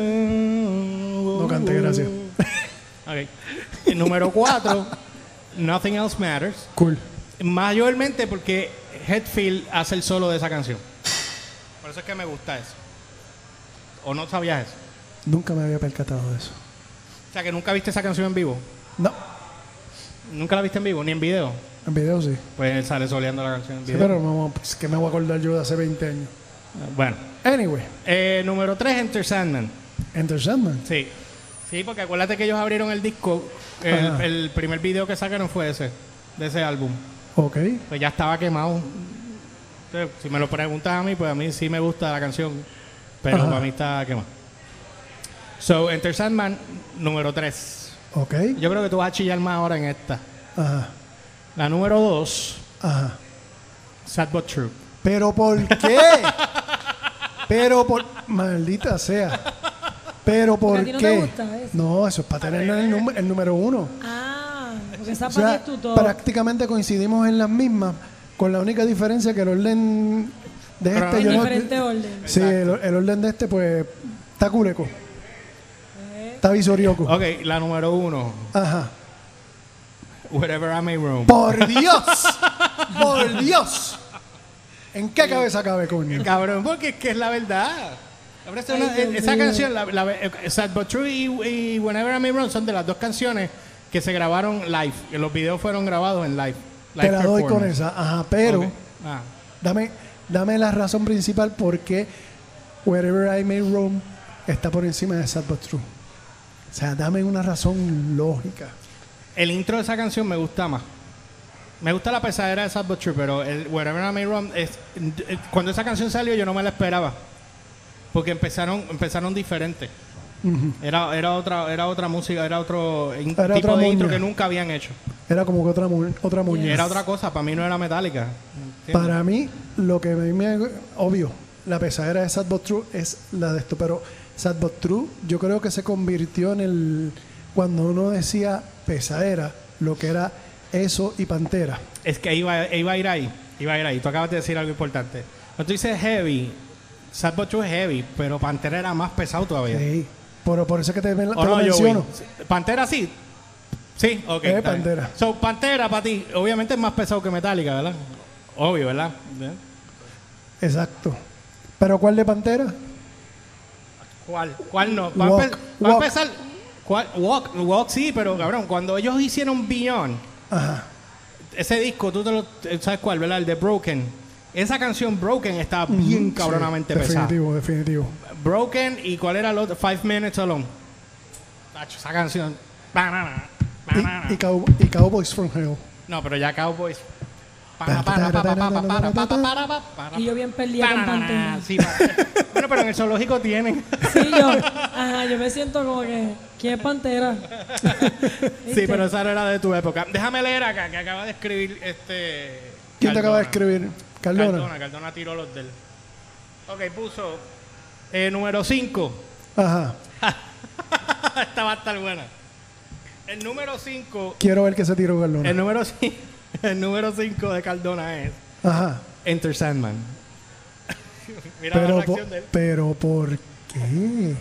S2: Unforgiven.
S4: No cante, gracias.
S2: Ok. El número 4, Nothing Else Matters.
S4: Cool.
S2: Mayormente porque Hetfield hace el solo de esa canción. Por eso es que me gusta eso. ¿O no sabías eso?
S4: Nunca me había percatado de eso.
S2: O sea, que nunca viste esa canción en vivo.
S4: No,
S2: Nunca la viste en vivo, ni en video.
S4: en video sí.
S2: Pues él sale soleando la canción en
S4: Sí,
S2: video.
S4: pero no, pues, que me voy a acordar yo de hace 20 años.
S2: Bueno.
S4: Anyway,
S2: Eh, número 3, Enter Sandman.
S4: Enter Sandman.
S2: Sí. Sí, porque acuérdate que ellos abrieron el disco. El,
S4: Ajá.
S2: el primer video que sacaron fue ese, de ese álbum.
S4: Ok.
S2: Pues ya estaba quemado. Entonces, Si me lo preguntas a mí, pues a mí sí me gusta la canción, pero
S4: Ajá.
S2: para mí está quemada. So, Enter Sandman, número 3.
S4: Ok.
S2: Yo creo que tú vas a chillar más ahora en esta.
S4: Ajá.
S2: La número 2,
S4: Ajá.
S2: Sad But True.
S4: ¿Pero por qué? Pero por. Maldita sea. ¿Pero por
S3: a ti no
S4: qué?
S3: te gusta eso.
S4: No, eso es para tener el, número- el número uno.
S3: Ah, porque esa
S4: O
S3: para ti
S4: sea,
S3: es tu top.
S4: prácticamente coincidimos en las mismas, con la única diferencia que el orden de
S2: Pero
S4: este.
S3: En
S4: yo no-
S3: diferente orden.
S4: sí, el, el orden de este, pues. Está culeco.
S3: Eh.
S4: Está visorioco.
S2: Ok, la número 1,
S4: Ajá.
S2: Wherever I May Roam.
S4: ¡Por Dios! ¡Por Dios! ¿En qué cabeza cabe, coño?
S2: Cabrón, porque es que es la verdad. Ahora esa-
S3: Ay, Dios
S2: esa
S3: mío.
S2: canción, la, la- eh, Sad But True y, y Whenever I May Run son de las dos canciones que se grabaron live. que Los videos fueron grabados en live. live
S4: Te la doy con
S2: performance.
S4: esa. Ajá, pero.
S2: Ok. Ah.
S4: Dame, dame la razón principal por qué Wherever I May Roam está por encima de Sad But True. O sea, dame una razón lógica.
S2: El intro de esa canción me gusta más. Me gusta la pesadera de Sad But True, pero el Wherever I May Run, es, eh, cuando esa canción salió yo no me la esperaba. Porque empezaron, empezaron diferente. Era, era otra, era otra música, era otro in-
S4: Era
S2: tipo
S4: otra
S2: de intro
S4: moña.
S2: que nunca habían hecho.
S4: Era como que otra, mu- otra
S2: Y
S4: muñeca.
S2: Era otra cosa, para mí no era metálica.
S4: Para mí, lo que a mí me. Obvio, la pesadera de Sad But True es la de esto, pero Sad But True yo creo que se convirtió en el. Cuando uno decía pesadera, lo que era eso y pantera.
S2: Es que iba, iba a ir ahí, iba a ir ahí. Tú acabas de decir algo importante. Cuando tú dices heavy, Sad But True es heavy, pero Pantera era más pesado todavía.
S4: Sí. Por, por eso es que te, te
S2: ¿O
S4: lo
S2: Oh, no, Joey?
S4: menciono.
S2: Pantera sí. Sí, ok.
S4: Eh,
S2: está bien.
S4: Pantera.
S2: So, Pantera para ti, obviamente es más pesado que Metallica, ¿verdad? Obvio, ¿verdad? ¿Eh?
S4: Exacto. ¿Pero cuál de pantera?
S2: ¿Cuál? ¿Cuál no? Va a
S4: Walk,
S2: empe- va a
S4: walk.
S2: empezar. ¿Cuál? Walk, walk sí, pero cabrón, cuando ellos hicieron Beyond,
S4: Ajá.
S2: ese disco, tú te lo eh, sabes cuál, ¿verdad? El de Broken. Esa canción Broken está bien cabronamente
S4: Sí,
S2: pesada.
S4: Definitivo, definitivo.
S2: Broken y cuál era el otro, Five Minutes Alone. Tacho, esa canción. Banana, banana.
S4: Y, y Cow- y Cowboys from Hell.
S2: No, pero ya Cowboys.
S3: Y yo bien perdida con Pantera.
S2: Sí, pa- Bueno, pero en el zoológico tienen.
S3: Sí, yo. Ajá, yo me siento como que. ¿Quién es Pantera?
S2: Sí, pero esa no era de tu época. Déjame leer acá, que acaba de escribir este.
S4: ¿Quién te acaba de
S2: Cardona.
S4: escribir? Cardona.
S2: Cardona. Cardona, tiró los del. Ok, puso. eh, número 5.
S4: Ajá.
S2: Esta va a estar buena. El número 5.
S4: Quiero ver que se tiró Cardona.
S2: El número 5. El número 5 de Cardona es.
S4: Ajá.
S2: Enter Sandman. Mira la
S4: Pero, po-
S2: reacción de él.
S4: pero ¿por qué?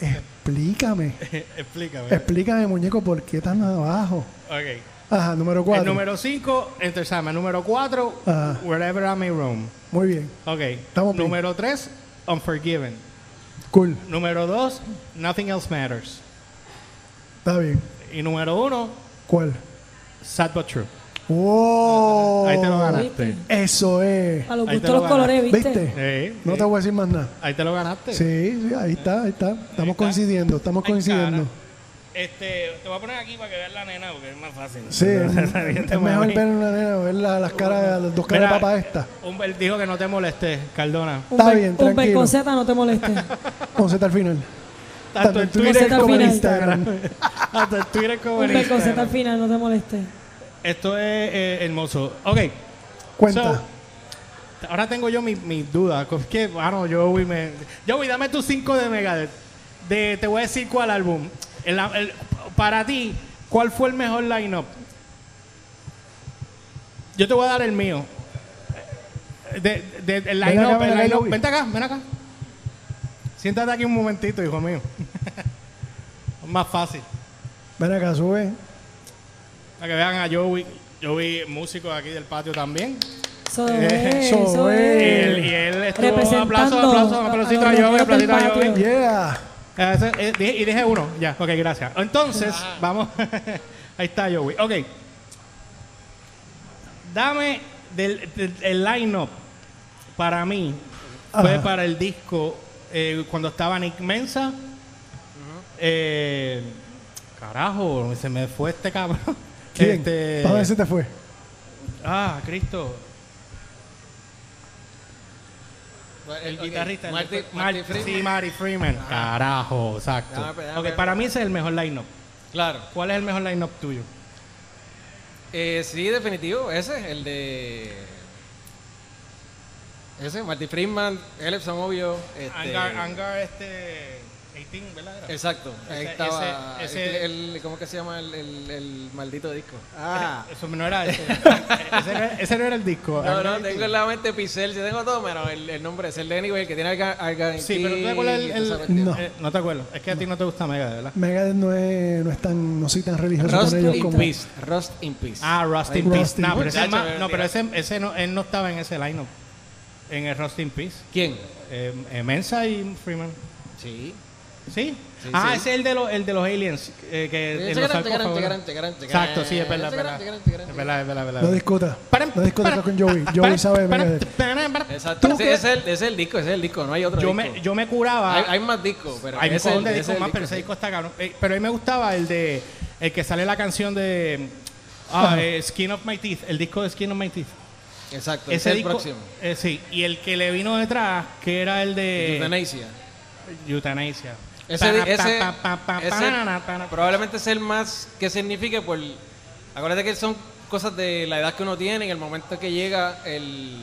S4: Explícame.
S2: Explícame.
S4: Explícame, muñeco, ¿por qué tan abajo?
S2: Ok.
S4: Ajá, número 4.
S2: El número 5, Enter Sandman. Número 4,
S4: Ajá.
S2: Wherever I May Roam.
S4: Muy bien.
S2: Ok.
S4: Ah. Estamos bien.
S2: número 3, Unforgiven.
S4: Cool.
S2: Número 2, Nothing Else Matters.
S4: Está bien.
S2: Y número 1,
S4: ¿Cuál?
S2: Sad But True.
S4: ¡Wow!
S2: Ahí te lo ganaste.
S3: ¿Viste?
S4: Eso es.
S3: A los
S2: Ahí te
S3: gustos
S2: lo
S3: los colores,
S4: ganas.
S3: ¿viste?
S4: ¿Viste?
S2: Sí,
S4: No
S2: sí.
S4: te voy a decir más nada.
S2: Eh, Ahí te lo ganaste.
S4: Sí, sí, ahí está, ahí está. Estamos
S2: está.
S4: coincidiendo, estamos
S2: Ay,
S4: coincidiendo.
S2: cara. Este, te voy a poner aquí para que veas la nena porque es más fácil.
S4: Sí, es es mejor
S2: mami.
S4: ver una nena, ver la- las caras, las dos caras
S2: Mira,
S4: de papá esta.
S2: Humbert dijo que no te molestes, Cardona.
S3: Un
S4: Está
S3: per-
S4: bien,
S3: Un per
S4: tranquilo.
S3: con Z no te moleste.
S4: Vamos hasta el final.
S2: Tanto en
S4: en
S2: Twitter
S3: Twitter
S2: como en
S3: final.
S2: Instagram. Tanto en Twitter como
S3: un
S2: en
S3: per con Z al
S2: Instagram.
S3: final no te moleste.
S2: Esto es eh, hermoso. Ok.
S4: Cuenta.
S2: So, ahora tengo yo mi- mis dudas. Es que, bueno, yo voy, me, yo voy, dame tus cinco de Megadeth. De, te voy a decir cuál álbum. El- el- para ti, ¿cuál fue el mejor lineup? Yo te voy a dar el mío. De, de- el
S4: acá,
S2: lineup,
S4: ven
S2: el
S4: acá,
S2: lineup.
S4: Luis.
S2: Vente acá, ven acá. Siéntate aquí un momentito, hijo mío. Es Más fácil.
S4: Ven acá, sube.
S2: Para que vean a Joey. Joey, músico aquí del patio también.
S3: Eso
S2: Eh,
S3: es.
S4: eso
S3: Eso
S2: Y
S4: es.
S3: es.
S2: él, y él estuvo
S3: Representando
S2: aplauso, aplauso,
S3: a-
S2: aplausito
S3: a
S2: a
S3: los
S2: Joey,
S3: reyes del
S2: aplausito a Joey.
S3: patio.
S4: Yeah.
S2: Eh, eso, eh, dije- y dije uno, ya, ok, gracias. Entonces, vamos, ahí está Joey. Ok. Dame del, del- el line-up para mí, fue
S3: Ah.
S4: Ajá.
S2: para el disco eh, cuando estaba Nick Mensa. Eh, carajo, se me fue este cabrón.
S4: ¿Quién?
S2: Este-
S4: ¿Para dónde se te fue?
S2: Ah, Cristo.
S5: El
S2: Ok,
S5: guitarrista.
S2: Marty,
S5: Marty- Marty
S2: Marty-
S5: Freeman.
S2: Sí, Marty Freeman. Carajo, exacto.
S5: Dame, dame,
S2: Ok,
S5: dame.
S2: para mí ese es el mejor line-up.
S5: Claro.
S2: ¿Cuál es el mejor line-up tuyo?
S5: Eh, sí, definitivo, ese, el de. Ese, Marty Friedman, Elef Samovio. Este,
S2: Angar, Angar este 18, ¿verdad? era?
S5: Exacto, ahí
S2: Ese-
S5: estaba.
S2: ese- ese-
S5: el, el- ¿Cómo que se llama el, el- el maldito disco? Ah,
S2: Eso no era ese. ese, no era, ese no era el disco.
S5: no,
S2: Angar
S5: no,
S2: 18.
S5: tengo en la mente Pixel, yo tengo todo, menos el, el nombre es el de Anyway, el que tiene al Argan.
S2: Sí, pero ¿tú te acuerdas el, el-
S4: No.
S2: eh, no te acuerdas. Es que a ti no te gusta Mega, ¿verdad?
S4: Megadeth no, es, no es tan, no soy tan religioso
S5: Rust
S4: con ellos
S5: in
S4: como.
S5: Peace. Rust in Peace.
S2: Ah, Rust in
S4: Rust
S2: Peace.
S4: in
S2: Nah,
S4: Peace.
S2: pero ese es
S5: Muchacho,
S2: más- no, pero ese, ese no, él no estaba en ese line-up. En el Rust in Peace.
S5: ¿Quién?
S2: Eh, eh, Mensa y Freeman.
S5: Sí.
S2: ¿Sí?
S5: Sí,
S2: ah,
S5: sí.
S2: ese es el de, los el de los aliens. eh, que,
S5: Ese
S2: en
S5: grande,
S2: los sarcófagos,
S5: grande,
S2: ¿verdad?
S5: grande, grande,
S2: Exacto, sí, es verdad, es
S5: grande,
S2: verdad.
S5: grande, grande,
S2: Es verdad, es verdad, es verdad.
S4: No discuta.
S2: Para-
S4: No discuta
S2: para-
S4: con Joey.
S2: ah,
S4: Joey
S2: para-
S4: sabe
S2: para-
S4: Megadeth.
S2: para- para-
S5: Exacto,
S2: ¿Tú
S5: ese,
S2: qué?
S5: ese es el, ese es el disco, ese es el disco, no hay otro
S2: yo,
S5: disco.
S2: me, yo me curaba.
S5: hay, hay más discos, pero
S2: Hay un
S5: ese es
S2: cojón de
S5: el- ese
S2: discos
S5: es el
S2: más, pero ese
S5: sí.
S2: disco está cabrón. Eh, pero a mí me gustaba el de. El que sale la canción de. ah, eh, Skin of My Teeth. El disco de Skin of My Teeth.
S5: Exacto,
S2: Ese
S5: ese es el
S2: disco-
S5: próximo.
S2: eh, sí, y el que le vino detrás, que era el de.
S5: Euthanasia.
S2: Euthanasia.
S5: Ese,
S2: Pana,
S5: di- ese-
S2: eh, pa, pa, pa,
S5: ese
S2: panana, pana.
S5: probablemente es el más que signifique por... Acuérdate que son cosas de la edad que uno tiene en el momento que llega el,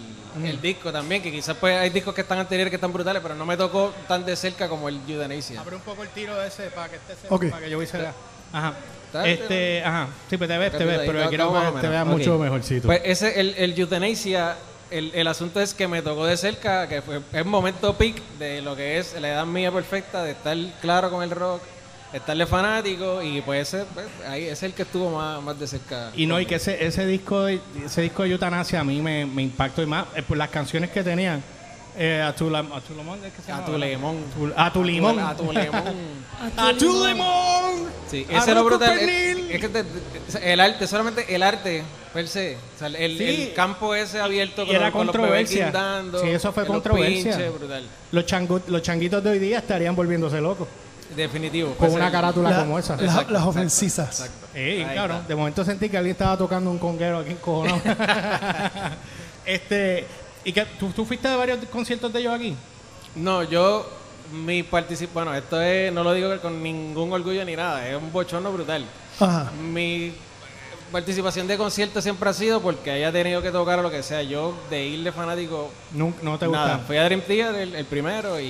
S5: el disco también, que quizás pues hay discos que están anteriores que están brutales, pero no me tocó tan de cerca como el Euthanasia.
S2: Abre un poco el tiro ese para que este se
S4: Ok.
S2: para que yo hice la. Ajá.
S5: Está-
S2: Este, ajá. Sí, pues te ves, te ves,
S5: Ahí,
S2: pero
S5: no,
S2: quiero
S5: no, más o
S2: que te
S5: menos.
S2: veas
S5: Ok.
S2: mucho mejorcito.
S5: Pues ese, el, el euthanasia, el, el asunto es que me tocó de cerca, que fue es momento peak de lo que es la edad mía perfecta, de estar claro con el rock, estarle fanático, y pues ese, pues, ahí es el que estuvo más, más de cerca.
S2: Y no, y que ese, ese disco de, ese disco de Eutanasia a mí me, me impactó y más eh, por las canciones que tenían. Eh, a tu, la- a tu limón, ¿es que se
S5: a
S2: llama?
S5: tu limón.
S2: A tu- A tu limón.
S5: A tu limón.
S2: A tu limón.
S5: Sí,
S2: A
S5: ese era
S2: tu
S5: brutal. Es,
S2: pernil.
S5: es que te- te- el arte, solamente el arte, per se. O sea, el,
S2: Sí.
S5: el campo ese abierto
S2: Y
S5: con,
S2: era
S5: con los bebés
S2: controversia.
S5: guindando.
S2: Sí, eso fue
S5: los
S2: controversia.
S5: pinches, brutal.
S2: Los, changu- los changuitos de hoy día estarían volviéndose locos
S5: Definitivo.
S2: con
S5: pues,
S2: una
S5: el-
S2: carátula
S4: La-
S2: Ah, como esa.
S4: las- las ofensisas.
S2: Eh,
S5: Ahí
S2: claro,
S5: está.
S2: de momento sentí que alguien estaba tocando un conguero aquí en Cojonado. este, y que ¿tú, tú fuiste a varios conciertos de ellos aquí.
S5: No, yo, mi participación, bueno, esto es, no lo digo con ningún orgullo ni nada, es un bochorno brutal.
S4: Ajá.
S5: Mi eh, participación de concierto siempre ha sido porque haya tenido que tocar o lo que sea. Yo, de ir de fanático,
S2: No, no te
S5: nada.
S2: gustaron.
S5: Fui a Dream Theater el, el primero y,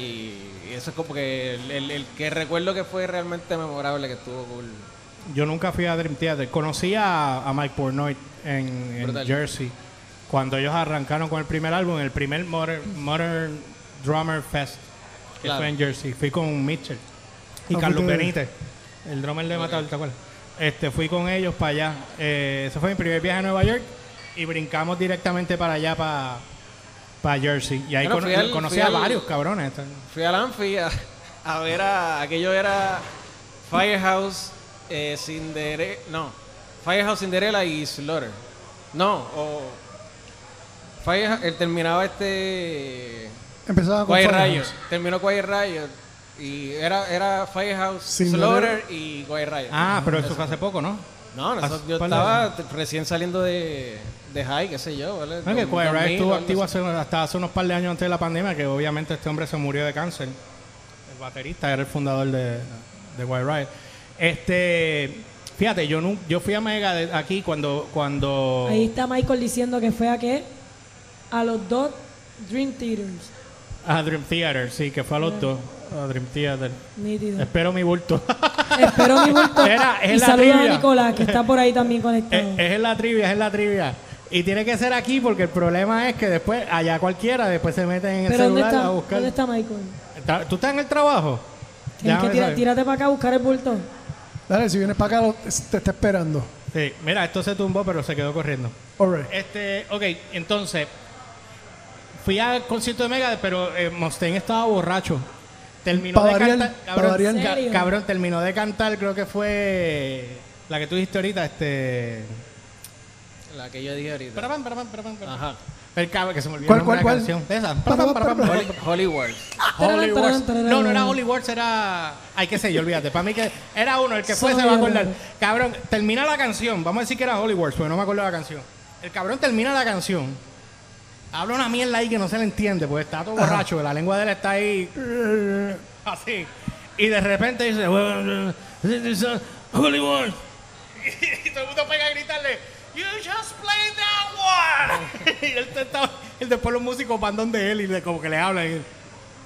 S5: y eso es como que el, el- el que recuerdo que fue realmente memorable, que estuvo cool.
S2: Yo nunca fui a Dream Theater. Conocí a, a Mike Pornoy en, en
S5: Brutal.
S2: Jersey cuando ellos arrancaron con el primer álbum, el primer Modern, Modern Drummer Fest que
S5: Claro.
S2: fue en Jersey. Fui con Mitchell y
S4: Ah,
S2: Carlos
S4: fuiste-
S2: Benítez, el drummer de Matador, ¿te acuerdas? Este, fui con ellos para allá. Eh, ese fue mi primer viaje a Nueva York y brincamos directamente para allá, para, para Jersey. Y ahí
S5: Bueno,
S2: cono-
S5: fui al-
S2: conocí
S5: fui
S2: a
S5: al-
S2: varios cabrones. Entonces,
S5: Fui al Anfi a, a ver a, aquello era Firehouse, eh, Cinderella, no, Firehouse, Cinderella y Slaughter. No, o Firehouse, él terminaba este...
S2: Ah,
S4: Empezaba con
S5: Quiet
S4: Firehouse.
S5: Riot, terminó Quiet Riot y era, era Firehouse,
S4: Cinderella.
S5: Slaughter y Quiet Riot.
S2: Ah, pero eso fue hace poco, ¿no?
S5: No, nosotros-
S2: Pas-
S5: yo
S2: ¿cuál
S5: estaba recién saliendo de, de High, qué sé yo, ¿vale?
S2: No, que
S5: 2000
S2: Quiet Riot estuvo
S5: o algo
S2: activo
S5: así.
S2: hace- hasta hace unos par de años antes de la pandemia, que obviamente este hombre se murió de cáncer. El baterista era el fundador de, de Quiet Riot. Este, fíjate, yo nun- yo fui a Mega de- aquí cuando cuando
S3: Ahí está Michael diciendo que fue a qué? A los dos Dream Theaters.
S2: a Dream Theater, sí, que fue a los dos, a Dream Theater.
S3: Nítido.
S2: Espero mi bulto.
S3: Ah. Espero mi bulto.
S2: Era- es
S3: y
S2: la Eh,
S3: saludos a
S2: trivia.
S3: Nicolás, que está por ahí también
S2: es,
S3: conectado.
S2: es en la trivia, es en la trivia. Y tiene que ser aquí porque el problema es que después allá cualquiera después se meten en el
S3: Pero ¿dónde
S2: celular
S3: está,
S2: a buscar.
S3: ¿dónde está Michael?
S2: Está- ¿Tú estás en el trabajo?
S3: Tienes que
S2: Déjame
S3: tirar,
S2: saber.
S3: tírate para acá a buscar el bulto.
S4: Dale, si vienes para acá, lo- te está esperando.
S2: Sí, mira, esto se tumbó, pero se quedó corriendo.
S4: Alright.
S2: Este, ok, entonces, fui al concierto de Mega, pero eh, Mustaine estaba borracho. Terminó
S4: Pa'
S2: de
S4: variar,
S2: cantar.
S4: pa'
S2: Cabrón,
S4: variar.
S2: ca-
S3: ¿Serio?
S2: cabrón, terminó de cantar, creo que fue la que tú dijiste ahorita, este.
S5: La que yo dije ahorita.
S2: Parapam, parapam, parapam, parapam.
S5: Ajá.
S2: El cabrón que se me olvidó
S4: ¿Cuál,
S2: el nombre
S4: cuál,
S2: de la
S4: cuál?
S2: canción. Esa.
S4: Parapam,
S2: Parapam, parapam.
S5: Holy, Holy Wars.
S2: Holy
S3: Tararán,
S2: Wars.
S3: tararán,
S2: No, no era
S3: tararán.
S2: Holy Wars, era. Ay, qué sé yo, olvídate. Para mí que era uno, el que fue se va a acordar. Cabrón, termina la canción. Vamos a decir que era Holy Wars, porque no me acuerdo la canción. El cabrón termina la canción. Habla una mierda ahí que no se le entiende, porque está todo borracho, que la lengua de él está ahí así. Y de repente dice, "Well, uh, this is a holy war". Y todo el mundo pega a gritarle, You just played that one. y él te está- y después los músicos van donde él y le, como que le hablan. y él,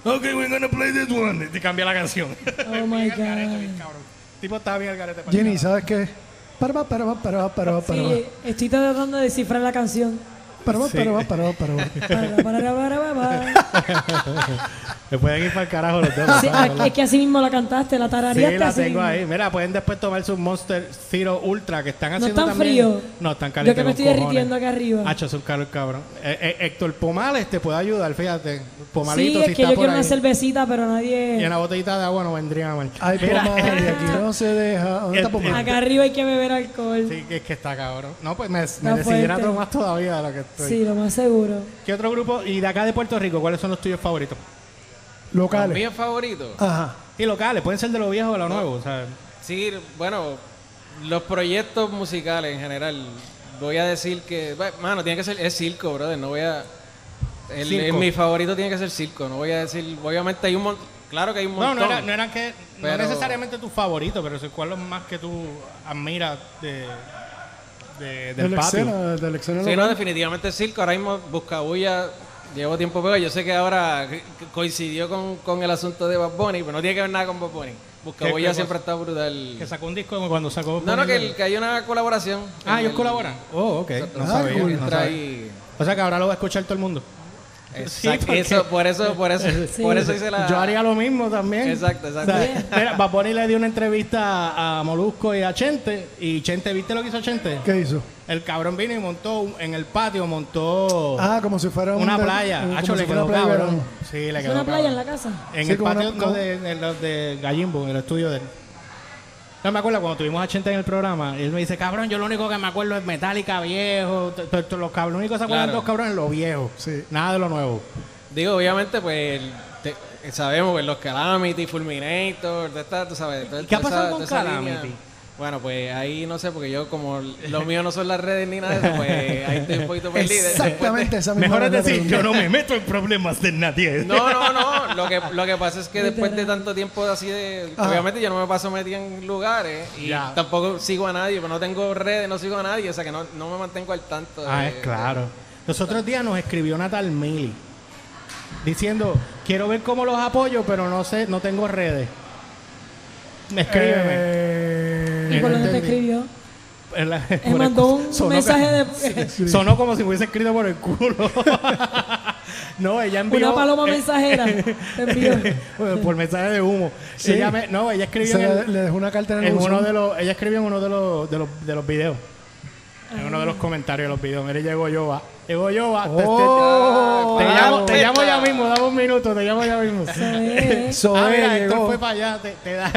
S2: Okay, we're gonna play this one. Y cambia la canción.
S3: Oh my
S2: Bien al garete, bien
S3: God.
S2: cabrón. El tipo está bien al garete. para
S4: Jenny,
S2: el
S4: ¿sabes qué? Para, va, para, va, para, va, para, va, para, va.
S3: Sí, estoy tratando de descifrar la canción.
S4: para, va, para, va, para, va, para, va.
S3: Para, para, para, para.
S2: carajo. Se pueden ir para el carajo los dos.
S3: Sí, a- es que así mismo la cantaste, la tarareaste
S2: Sí, la
S3: así
S2: tengo
S3: mismo.
S2: ahí. Mira, pueden después tomar sus Monster Zero Ultra que están haciendo
S3: están
S2: también.
S3: fríos?
S2: No, están
S3: Yo
S2: calientes.
S3: que me
S2: con
S3: estoy
S2: cojones.
S3: derritiendo acá arriba.
S2: Hacho, es un calor cabrón. Eh, eh, Héctor Pomales te puede ayudar, fíjate. Pomalito,
S3: Sí, es
S2: si está
S3: que
S2: por
S3: yo quiero
S2: ahí.
S3: una cervecita, pero
S2: Y
S3: nadie...
S2: una botellita de agua no vendría mal.
S4: Ay,
S2: Mira,
S4: comadre, aquí no se deja. ¿Dónde está
S2: Eh,
S4: Pomar?
S3: Acá arriba hay que beber alcohol. Sí,
S2: sí, es que está cabrón. No, pues me, me
S3: Está
S2: deshidrato
S3: fuerte.
S2: más todavía de lo que estoy.
S3: lo más seguro.
S2: ¿Qué otro grupo? Y de acá de Puerto Rico, ¿cuáles son los tuyos favoritos?
S5: Los
S4: Locales.
S5: míos favoritos.
S4: Ajá.
S2: Y locales, pueden ser de lo viejo o de lo nuevo, ¿sabes?
S5: Sí, bueno, los proyectos musicales en general. Voy a decir que, bueno, mano, tiene que ser es circo, brother. No voy a. El,
S2: Circo.
S5: el- mi favorito tiene que ser circo. No voy a decir. Obviamente hay un montón. Claro que hay
S2: No,
S5: un montón.
S2: no, era- no eran que.
S5: Pero-
S2: No necesariamente tu favorito, pero sí, ¿cuál es más que tú admiras de, de-
S4: De
S2: del
S4: la
S2: patio?
S4: escena, de la escena
S5: Sí, no,
S4: local.
S5: definitivamente circo. Ahora mismo Buscabulla llevo tiempo pegado. Yo sé que ahora c- coincidió con, con el asunto de Bad Bunny, pero no tiene que ver nada con Bad Bunny.
S2: ¿Qué- qué
S5: Buscabulla
S2: cosa?
S5: siempre está brutal.
S2: Que sacó un disco como cuando sacó.
S5: No, no, que, el- que hay una colaboración.
S2: Ah, ellos
S5: El-
S2: colaboran. Oh, ok. No
S4: Ah,
S2: sabía,
S4: cool.
S2: no
S5: Entra
S2: sabía.
S5: ahí.
S2: O sea que ahora lo va a escuchar todo el mundo.
S5: Exacto.
S2: porque-
S5: eso, por eso, por eso,
S3: Sí.
S5: por eso hice la.
S2: Yo haría lo mismo también.
S5: Exacto, exacto.
S2: O sea, mira, Bad Bunny le dio una entrevista a- a Molusco y a Chente. Y Chente, ¿viste lo que hizo Chente?
S4: ¿Qué hizo?
S2: El cabrón vino y montó un- en el patio, montó
S4: Ah, como si fuera un
S2: una
S4: de-
S2: playa.
S4: como
S2: Hacho,
S4: si
S2: le
S4: fuera
S2: quedó
S4: una playa de
S2: cabrón.
S4: verano.
S2: Sí, le
S3: ¿Es
S2: quedó
S3: una playa
S2: cabrón.
S3: en la casa?
S2: En
S4: Sí,
S2: el
S4: como una-
S2: patio no,
S4: como-
S2: de, en los de Gallimbo, en el estudio de él. No me acuerdo cuando tuvimos a Chente en el programa. Él me dice, cabrón, yo lo único que me acuerdo es Metallica viejo. t- t- t- Los cabrones, lo único que se acuerdan
S5: Claro.
S2: los cabrones es lo viejo.
S4: Sí.
S2: Nada de lo nuevo.
S5: Digo, obviamente, pues te- sabemos, pues los Calamity, Fulminator, de esta, tú sabes. de
S2: ¿Qué ha
S5: esa-
S2: pasado
S5: de
S2: con
S5: esa línea.
S2: Calamity?
S5: Bueno, pues ahí no sé, porque yo como los míos no son las redes ni nada de eso, pues ahí estoy un poquito perdido. Después de-
S4: Exactamente esa misma
S2: Mejor este es
S4: era la
S2: decir,
S4: pregunta.
S2: yo no me meto en problemas de nadie.
S5: No, no, no. Lo que, lo que pasa es que después de tanto tiempo así de. Obviamente yo no me paso metido en lugares y
S2: Ya.
S5: tampoco sigo a nadie, pero no tengo redes, no sigo a nadie, o sea que no, no me mantengo al tanto. de-
S2: Ah, es claro. Los otros días nos escribió Natal Mili diciendo, quiero ver cómo los apoyo, pero no sé, no tengo redes. Escríbeme.
S4: Eh,
S3: ¿Y por
S4: no
S3: dónde te
S4: entendí.
S3: escribió?
S2: En la-
S3: Él
S2: por
S3: mandó
S2: el-
S3: un
S2: sonó
S3: mensaje
S2: ca-
S3: de...
S4: Sí.
S2: Sonó como si hubiese escrito por el culo. no, ella envió.
S3: Una paloma
S2: eh,
S3: mensajera. Te envió.
S2: por mensaje de humo.
S4: Sí.
S2: Ella me- no, ella escribió
S4: Se
S2: en,
S4: le-
S2: el-
S4: le dejó una carta en el
S2: en
S4: buzón.
S2: uno de los. Ella escribió en uno de los, de los, de los videos. En uno de
S4: Ah.
S2: los comentarios de los videos. Mire, llegó yo va. Llegó yo va. Te- te-
S4: Oh,
S2: este, te,
S5: Ah,
S2: llamo, te
S5: puñeta.
S2: llamo ya mismo, dame un minuto, te llamo ya mismo.
S3: Eso es.
S4: Zoé
S2: ah, mira, Héctor
S4: llegó.
S2: fue para allá. Te, te da-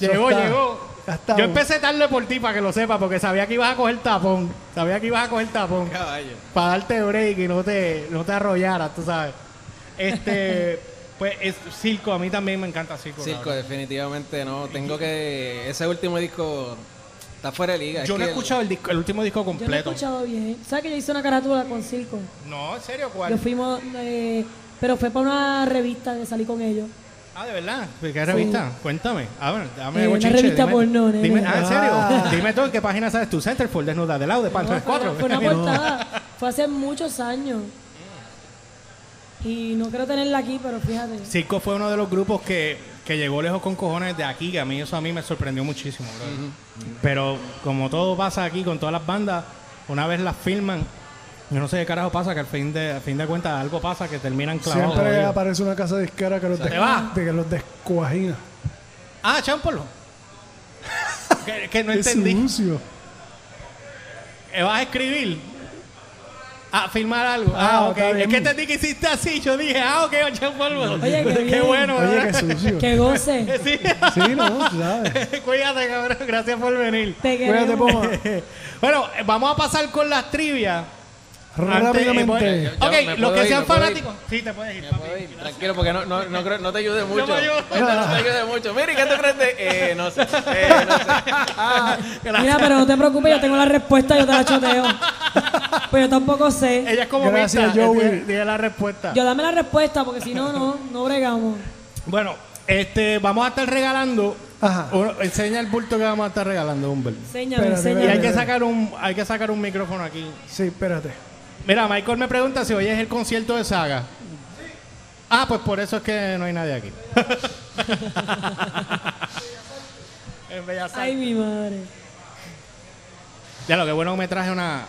S2: llegó,
S4: está.
S2: llegó.
S4: Ya está.
S2: Yo empecé tarde por ti para que lo sepas, porque sabía que ibas a coger tapón. Sabía que ibas a coger tapón
S5: Caballo.
S2: para darte break y no te, no te arrollaras, tú sabes. Este, pues es circo, a mí también me encanta circo.
S5: Circo,
S2: cabrón.
S5: definitivamente no. Tengo que. Ese último disco está fuera de liga. es
S2: Yo no he
S5: que-
S2: escuchado el, disco- el último disco
S3: Yo no he
S2: completo.
S3: escuchado bien. ¿Sabes que yo hice una carátula con Circo?
S2: No, en serio,
S3: Yo
S2: ¿cuál?
S3: fuimos... eh, pero fue para una revista que salí con ellos.
S2: Ah, de verdad. ¿De ¿Qué revista? Cuéntame. A ver, dame
S3: Eh, una
S2: bochinche,
S3: revista
S2: dime-
S3: porno, nene.
S2: Dime, ah, en serio.
S4: Ah.
S2: Dime todo, ¿qué página sabes tú? Centerfold, desnuda, de lado, de pan,
S3: No,
S2: tres,
S3: fue una-
S2: cuatro.
S3: Fue una portada. Fue hace muchos años. Y no quiero tenerla aquí, pero fíjate.
S2: Circo fue uno de los grupos que, que llegó lejos con cojones de aquí, que a mí eso a mí me sorprendió muchísimo, brother. Pero como todo pasa aquí con todas las bandas, una vez las filman, yo no sé qué carajo pasa, que al fin de, al fin de cuentas algo pasa que terminan clavados.
S4: Siempre
S2: jodidos.
S4: aparece una casa disquera que los,
S2: ¿Te
S4: des-
S2: va?
S4: de que los descuajina.
S2: Ah, chámpolo. que, que no
S4: Es
S2: entendí.
S4: sucio.
S2: Eh, ¿Vas a escribir? A filmar algo. Ah,
S4: Ah,
S2: ok.
S4: está bien.
S2: Es que entendí que hiciste así. Yo dije, ah, ok, champolvo.
S3: Oye, qué bien.
S2: bueno,
S4: Oye, qué
S2: ¿verdad?
S4: sucio.
S3: Que goce.
S2: Sí.
S4: Sí, no, tú sabes.
S2: Cuídate, cabrón. Gracias por venir.
S3: Te
S4: Cuídate,
S3: queremos.
S4: Poma.
S2: bueno, eh, vamos a pasar con las trivias.
S4: Rápidamente.
S2: Antes, eh,
S5: Ya, ya,
S2: ok,
S5: me
S2: los
S5: puedo
S2: que
S5: ir,
S2: sean
S5: me puedo ir.
S2: fanáticos. Sí, te puedes ir.
S5: Ya
S2: papi.
S5: puedo ir, Tranquilo, porque no, no, no, creo- no te ayude mucho.
S2: me ayuda.
S5: Cuéntame, no te ayude mucho. Mira, ¿y ¿qué te crees? Eh, no sé. eh, no sé.
S3: Mira, pero no te preocupes, yo tengo la respuesta, yo te la choteo. Pero yo tampoco sé.
S2: Ella es como
S4: Gracias,
S2: mixta,
S4: Joey.
S2: eh, Dile, dile la respuesta.
S3: Yo dame la respuesta porque si no, no, no bregamos.
S2: Bueno, este, vamos a estar regalando.
S4: Ajá.
S2: Uno- enseña el bulto que vamos a estar regalando, Humbert.
S3: Enséñame,
S4: Espérate,
S2: Y hay
S3: enséñame.
S2: que sacar un, hay que sacar un micrófono aquí.
S4: Sí, espérate.
S2: Mira, Michael me pregunta si hoy es el concierto de Saga. Ah, pues por eso es que no hay nadie aquí. En Bellas Artes.
S3: Ay, mi madre.
S2: Ya lo que bueno que me traje una. Ah.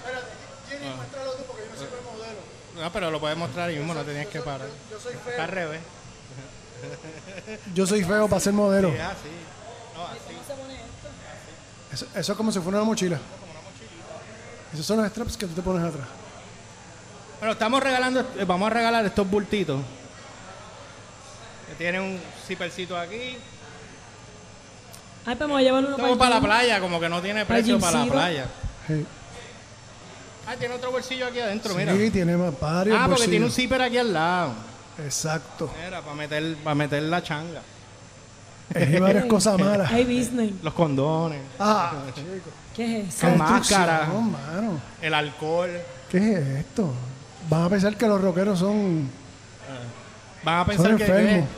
S2: No, pero lo puedes mostrar y mismo, no tenías que parar. Yo soy feo. Está al revés.
S4: Yo soy feo para ser modelo.
S2: Ah, sí.
S4: Eso, eso es como si fuera una mochila. Esos son los straps que tú te pones atrás.
S2: Bueno, estamos regalando, eh, vamos a regalar estos bultitos. Que tienen un zippercito aquí.
S3: Ay, pero me voy a llevar uno
S4: Pues
S2: Todo para la
S3: el gym.
S2: playa, como que no tiene
S3: Para el
S2: precio para la
S3: gymcito.
S2: playa.
S4: Sí.
S2: Ah, tiene otro bolsillo aquí adentro, mira.
S4: Sí, tiene más varios
S2: Ah, porque tiene un
S4: bolsillos.
S2: zipper aquí al lado.
S4: Exacto.
S2: Mira, para meter, para meter la changa.
S4: Hay varias cosas malas.
S3: Ay, business.
S2: Los condones,
S4: Ah, chico.
S3: ¿Qué es eso?
S2: Con
S4: Qué
S2: máscara.
S4: destrucción, mano.
S2: el alcohol.
S4: ¿Qué es esto? Van a pensar que los rockeros son,
S2: Van a
S4: son
S2: pensar que.
S4: enfermos.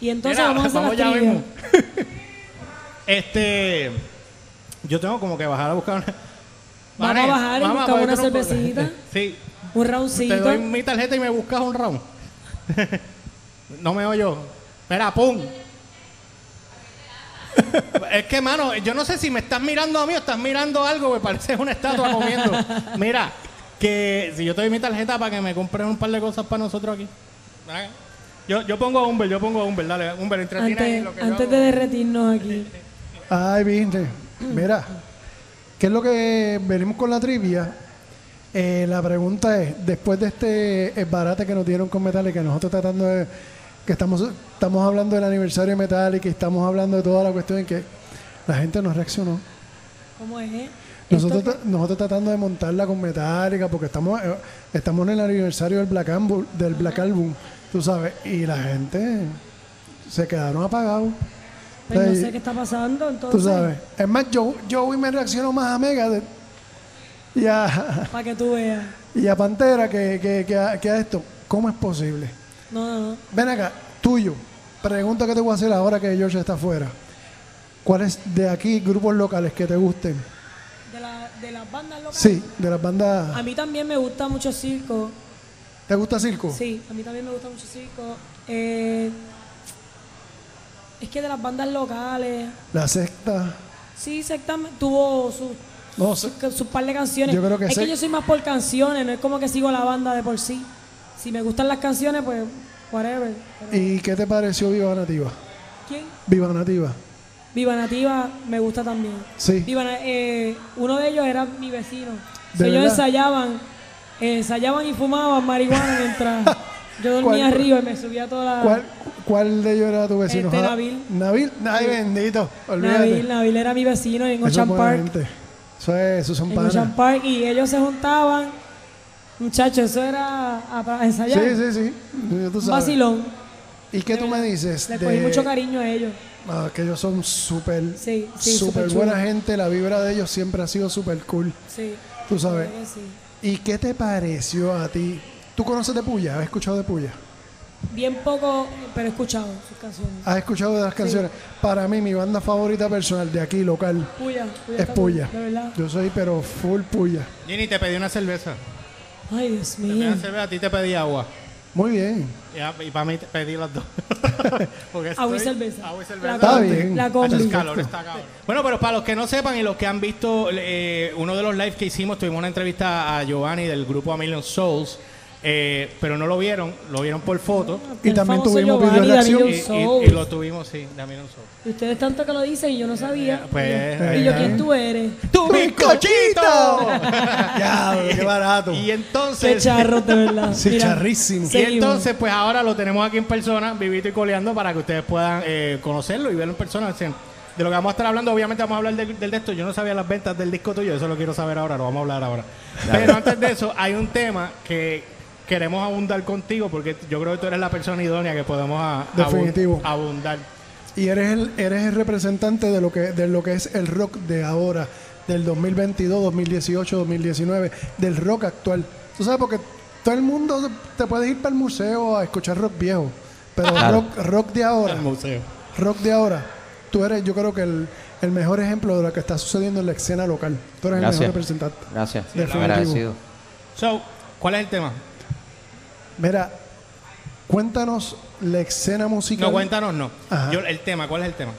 S3: Y entonces
S2: Mira,
S3: vamos a hacer
S2: vamos
S3: las
S2: ya
S3: trivia.
S2: mismo. Este. Yo tengo como que bajar a buscar una.
S3: Vamos a
S2: Vané,
S3: bajar y
S2: vamos a
S3: buscar una
S2: poder-
S3: cervecita,
S2: Sí.
S3: un
S2: Te
S3: roundcito.
S2: doy mi tarjeta y me buscas un round. no me oyo. Espera, pum. es que, mano, yo no sé si me estás mirando a mí o estás mirando algo, me parece una estatua comiendo. Mira, que si yo te doy mi tarjeta para que me compres un par de cosas para nosotros aquí. Ven acá. Yo, yo pongo a Humber, yo pongo a Humber, dale, Humber, entretiene ahí
S3: Antes,
S2: lo que yo
S3: antes
S2: hago.
S3: de derretirnos aquí.
S4: Ay, viste. Mira, ¿qué es lo que venimos con la trivia? Eh, la pregunta es, después de este esbarate que nos dieron con Metallica, nosotros tratando de, que estamos, estamos hablando del aniversario de Metallica y estamos hablando de toda la cuestión en que la gente no reaccionó.
S3: ¿Cómo es? eh?
S4: Nosotros,
S3: Esto-
S4: tra- nosotros tratando de montarla con Metallica porque estamos, eh, estamos en el aniversario del Black, Album, del Black Album, tú sabes, y la gente se quedaron apagados.
S3: pues no
S4: Sí.
S3: sé qué está pasando,
S4: Tú
S3: entonces.
S4: sabes. Es más, yo, yo hoy me reacciono más a Megadeth y a,
S3: Para que tú veas.
S4: y a Pantera que, que- que a, que a esto. ¿Cómo es posible?
S3: No, no, no.
S4: Ven acá, tuyo. Pregunta que te voy a hacer ahora que George está afuera. ¿Cuáles de aquí grupos locales que te gusten?
S3: De, la- de las bandas locales.
S4: Sí, de las
S3: A
S4: bandas.
S3: mí también me gusta mucho circo.
S4: ¿Te gusta Circo?
S3: Sí, a mí también me gusta mucho circo. Eh, es que de las bandas locales.
S4: La sexta.
S3: Sí, exactamente. Tuvo sus
S4: No sé.
S3: sus par de canciones.
S4: Yo creo que
S3: es
S4: sé-
S3: que yo soy más por canciones, no es como que sigo la banda de por sí. Si me gustan las canciones, pues, whatever. Pero-
S4: ¿Y qué te pareció Viva Nativa?
S3: ¿Quién?
S4: Viva Nativa.
S3: Viva Nativa me gusta también.
S4: Sí.
S3: Viva Na- eh, uno de ellos era mi vecino.
S4: ¿De
S3: So, ellos
S4: verdad?
S3: ensayaban, eh, ensayaban y fumaban marihuana mientras yo dormía
S4: ¿Cuál-
S3: arriba y me subía toda la...
S4: ¿Cuál, ¿Cuál de ellos era tu vecino?
S3: Este,
S4: Ah,
S3: Nabil.
S4: Nabil, ay bendito. Olvídate.
S3: Nabil, Nabil era mi vecino en
S4: Eso es
S3: Ocean
S4: buena
S3: Park.
S4: gente. Eso es, esos son
S3: En Ocean
S4: panas.
S3: Park y ellos se juntaban. Muchachos, eso era a, para
S4: Sí,
S3: ensayar.
S4: sí, sí. Ya tú
S3: Un
S4: sabes. Este,
S3: vacilón.
S4: ¿Y qué tú me dices?
S3: Le cogí mucho cariño a ellos.
S4: Ah, que ellos son súper,
S3: Sí, sí,
S4: súper
S3: superchulos.
S4: buena gente. La vibra de ellos siempre ha sido súper cool.
S3: Sí.
S4: Tú sabes.
S3: Creo que sí.
S4: ¿Y qué te pareció a ti? ¿Tú conoces de Puya? ¿Has escuchado de Puya?
S3: Bien poco, pero he escuchado sus canciones.
S4: ¿Has escuchado de las canciones? Para mí, mi banda favorita personal de aquí, local,
S3: Puya, puya
S4: es
S3: está cool,
S4: Puya.
S3: De verdad.
S4: Yo soy, pero full Puya.
S2: Ginny, te pedí una cerveza.
S3: Ay, Dios
S2: Te pedí
S3: mío.
S2: una cerveza, a ti te pedí agua.
S4: Muy bien.
S2: Ya, Y, para mí te pedí las dos. Porque
S3: Agua y
S2: estoy-
S3: cerveza.
S2: Agua y
S3: La
S2: cerveza.
S4: Está
S3: combi,
S4: bien.
S3: La
S2: Hacho, el
S3: combi.
S2: calor está cabrón. Bueno, pero para los que no sepan y los que han visto eh, uno de los lives que hicimos, tuvimos una entrevista a Giovanni del grupo A Million Souls, eh, pero no lo vieron, lo vieron por foto.
S3: Ah,
S4: Y
S3: el
S4: también
S3: famoso
S4: tuvimos
S3: Giovanni
S4: video reacción.
S3: David
S2: Y, y-
S3: Souls.
S2: y lo tuvimos, sí, de A Million Souls.
S3: Y ustedes tanto que lo dicen y yo no sabía.
S2: Pues,
S3: y yo,
S4: eh.
S3: ¿quién tú eres?
S2: ¡Tu
S4: ya, qué barato.
S2: y
S3: Qué
S2: entonces.
S3: charro, de verdad.
S4: Sí,
S3: Mira,
S4: charrísimo.
S2: Y
S3: seguimos.
S2: entonces, pues ahora lo tenemos aquí en persona, vivito y coleando, para que ustedes puedan eh, conocerlo y verlo en persona. O sea, De lo que vamos a estar hablando, obviamente vamos a hablar del, del de esto. Yo no sabía las ventas del disco tuyo, eso lo quiero saber ahora, lo vamos a hablar ahora. Pero antes de eso, hay un tema que queremos abundar contigo, porque yo creo que tú eres la persona idónea que podemos a- abun-
S4: Definitivo.
S2: abundar.
S4: Y eres el, eres el representante de lo que de lo que es el rock de ahora, del 2022, 2018, 2019, del rock actual. Tú sabes, porque todo el mundo te puede ir para el museo a escuchar rock viejo, pero
S6: Claro.
S4: rock, rock de ahora,
S2: Al museo.
S4: rock de ahora, tú eres, yo creo que el, el mejor ejemplo de lo que está sucediendo en la escena local. Tú eres el
S6: Gracias.
S4: mejor representante.
S6: Gracias.
S4: Definitivo.
S6: Agradecido.
S2: So, ¿cuál es el tema?
S4: Mira, cuéntanos la escena musical.
S2: No, cuéntanos, no.
S4: Ajá.
S2: Yo, el tema, ¿cuál es el tema?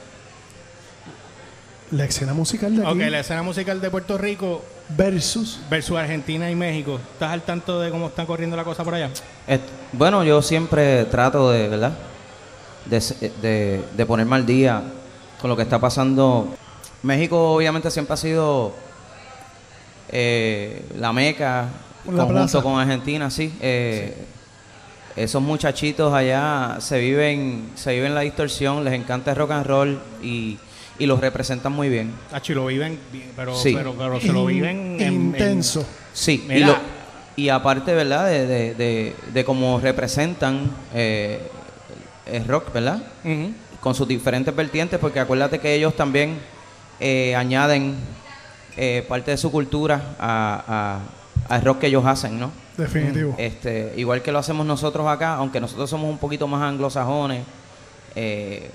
S4: La escena musical de aquí
S2: Ok, la escena musical de Puerto Rico
S4: versus.
S2: versus Argentina y México. ¿Estás al tanto de cómo están corriendo la cosa por allá?
S6: Et- bueno, yo siempre trato de, ¿verdad? De, se- de- de ponerme al día con lo que está pasando. México obviamente siempre ha sido eh, la meca,
S4: La
S6: conjunto
S4: plaza.
S6: con Argentina, sí. Eh, Esos muchachitos allá se viven, se viven la distorsión, les encanta el rock and roll y, y los representan muy bien.
S2: Achi, lo viven, bien, pero,
S6: Sí.
S2: pero, pero se lo
S4: in-
S2: viven en- en-
S4: intenso.
S6: Sí, y,
S2: Mira.
S6: lo- y aparte, ¿verdad? De, de, de, de cómo representan eh, el rock, ¿verdad?
S2: Ujú.
S6: Con sus diferentes vertientes, porque acuérdate que ellos también eh, añaden eh, parte de su cultura a, a- al rock que ellos hacen, ¿no?
S4: Definitivo.
S6: Este, igual que lo hacemos nosotros acá, aunque nosotros somos un poquito más anglosajones, eh,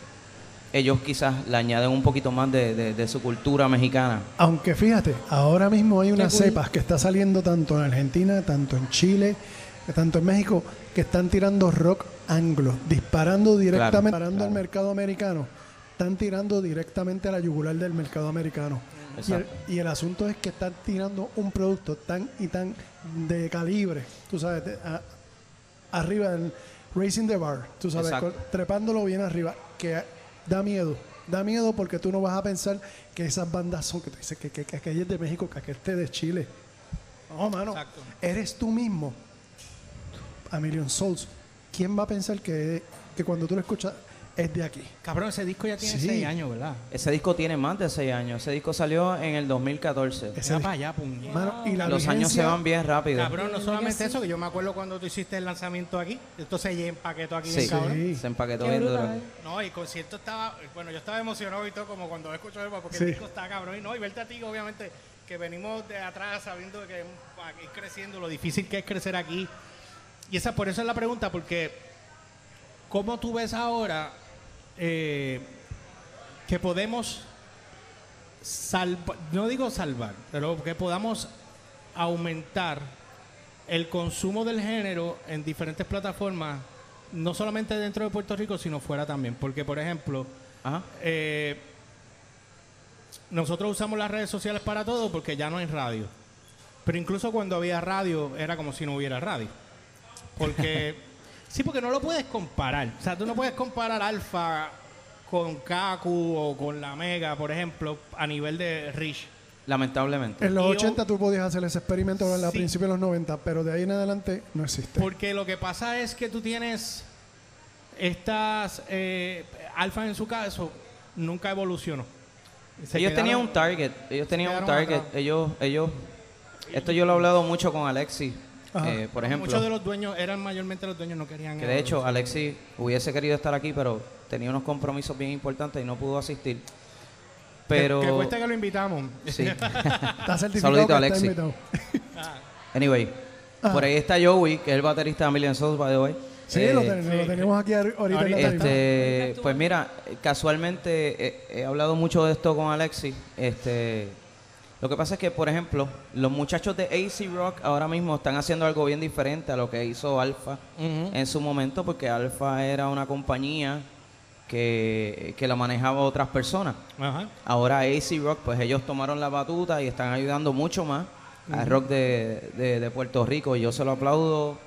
S6: ellos quizás le añaden un poquito más de, de- de su cultura mexicana.
S4: Aunque fíjate, ahora mismo hay unas
S3: Qué cool.
S4: cepas que está saliendo tanto en Argentina, tanto en Chile, tanto en México, que están tirando rock anglo, disparando directamente
S6: Claro,
S4: disparando al
S6: claro.
S4: mercado americano. Están tirando directamente a la yugular del mercado americano. Y el,
S6: Exacto.
S4: y el asunto es que están tirando un producto tan y tan de calibre, tú sabes, de- a- arriba del Racing the Bar, tú sabes,
S6: Exacto.
S4: col- trepándolo bien arriba, que da miedo. Da miedo porque tú no vas a pensar que esas bandas son, que, tú dices, que, que, que aquel es de México, que aquel es de Chile. No, mano,
S2: Exacto.
S4: eres tú mismo. A Million Souls. ¿Quién va a pensar que, que cuando tú lo escuchas es de aquí?
S2: Cabrón, ese disco ya tiene
S4: Sí.
S2: 6 años, ¿verdad?
S6: Ese disco tiene más de 6 años. Ese disco salió en el 2014.
S4: Ese
S2: Ya
S4: disco.
S2: para allá, puñeta.
S4: Mano, y la
S6: Los años se
S4: vigencia-
S6: van bien rápido.
S2: Cabrón, no
S3: Sí,
S2: solamente
S3: sí.
S2: eso, que yo me acuerdo cuando tú hiciste el lanzamiento aquí. Entonces ya empaquetó aquí
S6: Sí,
S2: bien, cabrón.
S4: Sí.
S6: se empaquetó
S3: Qué
S6: bien duro.
S3: brutal.
S2: No, y el concierto estaba, bueno, yo estaba emocionado y todo, como cuando escucho el porque
S4: Sí.
S2: el disco está cabrón. Y no, y verte a ti, obviamente, que venimos de atrás sabiendo que hemos- ir creciendo, lo difícil que es crecer aquí. Y esa, por eso es la pregunta, porque ¿cómo tú ves ahora eh, que podemos salvar, no digo salvar, pero que podamos aumentar el consumo del género en diferentes plataformas, no solamente dentro de Puerto Rico, sino fuera también. Porque, por ejemplo,
S6: Ajá.
S2: eh, nosotros usamos las redes sociales para todo porque ya no hay radio. Pero incluso cuando había radio, era como si no hubiera radio. Porque, sí, porque no lo puedes comparar. O sea, tú no puedes comparar Alfa con Kaku o con la Mega, por ejemplo, a nivel de Rich.
S6: Lamentablemente.
S4: En los
S2: Y yo-
S4: 80 tú podías hacer ese experimento en la
S2: Sí.
S4: principio de los 90, pero de ahí en adelante no existe.
S2: Porque lo que pasa es que tú tienes estas eh, alfa en su caso nunca evolucionó. Se
S6: ellos
S2: quedaron-
S6: tenían un target. Ellos tenían un
S2: quedaron
S6: target.
S2: atrás.
S6: Ellos, ellos. Esto yo lo he hablado mucho con Alexi,
S4: Ajá.
S6: eh, por ejemplo.
S2: Muchos de los dueños eran mayormente los dueños no querían.
S6: Que de hecho, Alexi hubiese querido estar aquí, pero tenía unos compromisos bien importantes y no pudo asistir. Pero.
S2: que, que cuesta que lo invitamos.
S6: sí.
S4: Está certificado
S6: Saludito,
S4: que
S6: Alexis.
S4: está invitado.
S6: Anyway.
S4: Ajá.
S6: Por ahí está Joey, que es el baterista de Million Souls, by the way.
S4: Sí,
S6: Eh,
S4: lo, ten- lo tenemos aquí ahor- ahorita en la
S2: Ahorita
S4: tarima.
S6: Este,
S3: Exacto.
S6: pues mira, casualmente eh, he, hablado mucho de esto con Alexis. Este, lo que pasa es que, por ejemplo, los muchachos de AC Rock ahora mismo están haciendo algo bien diferente a lo que hizo Alfa en su momento, porque Alfa era una compañía que, que la manejaba otras personas.
S2: Ajá.
S6: Ahora AC Rock, pues ellos tomaron la batuta y están ayudando mucho más al rock de, de- de Puerto Rico. Y yo se lo aplaudo.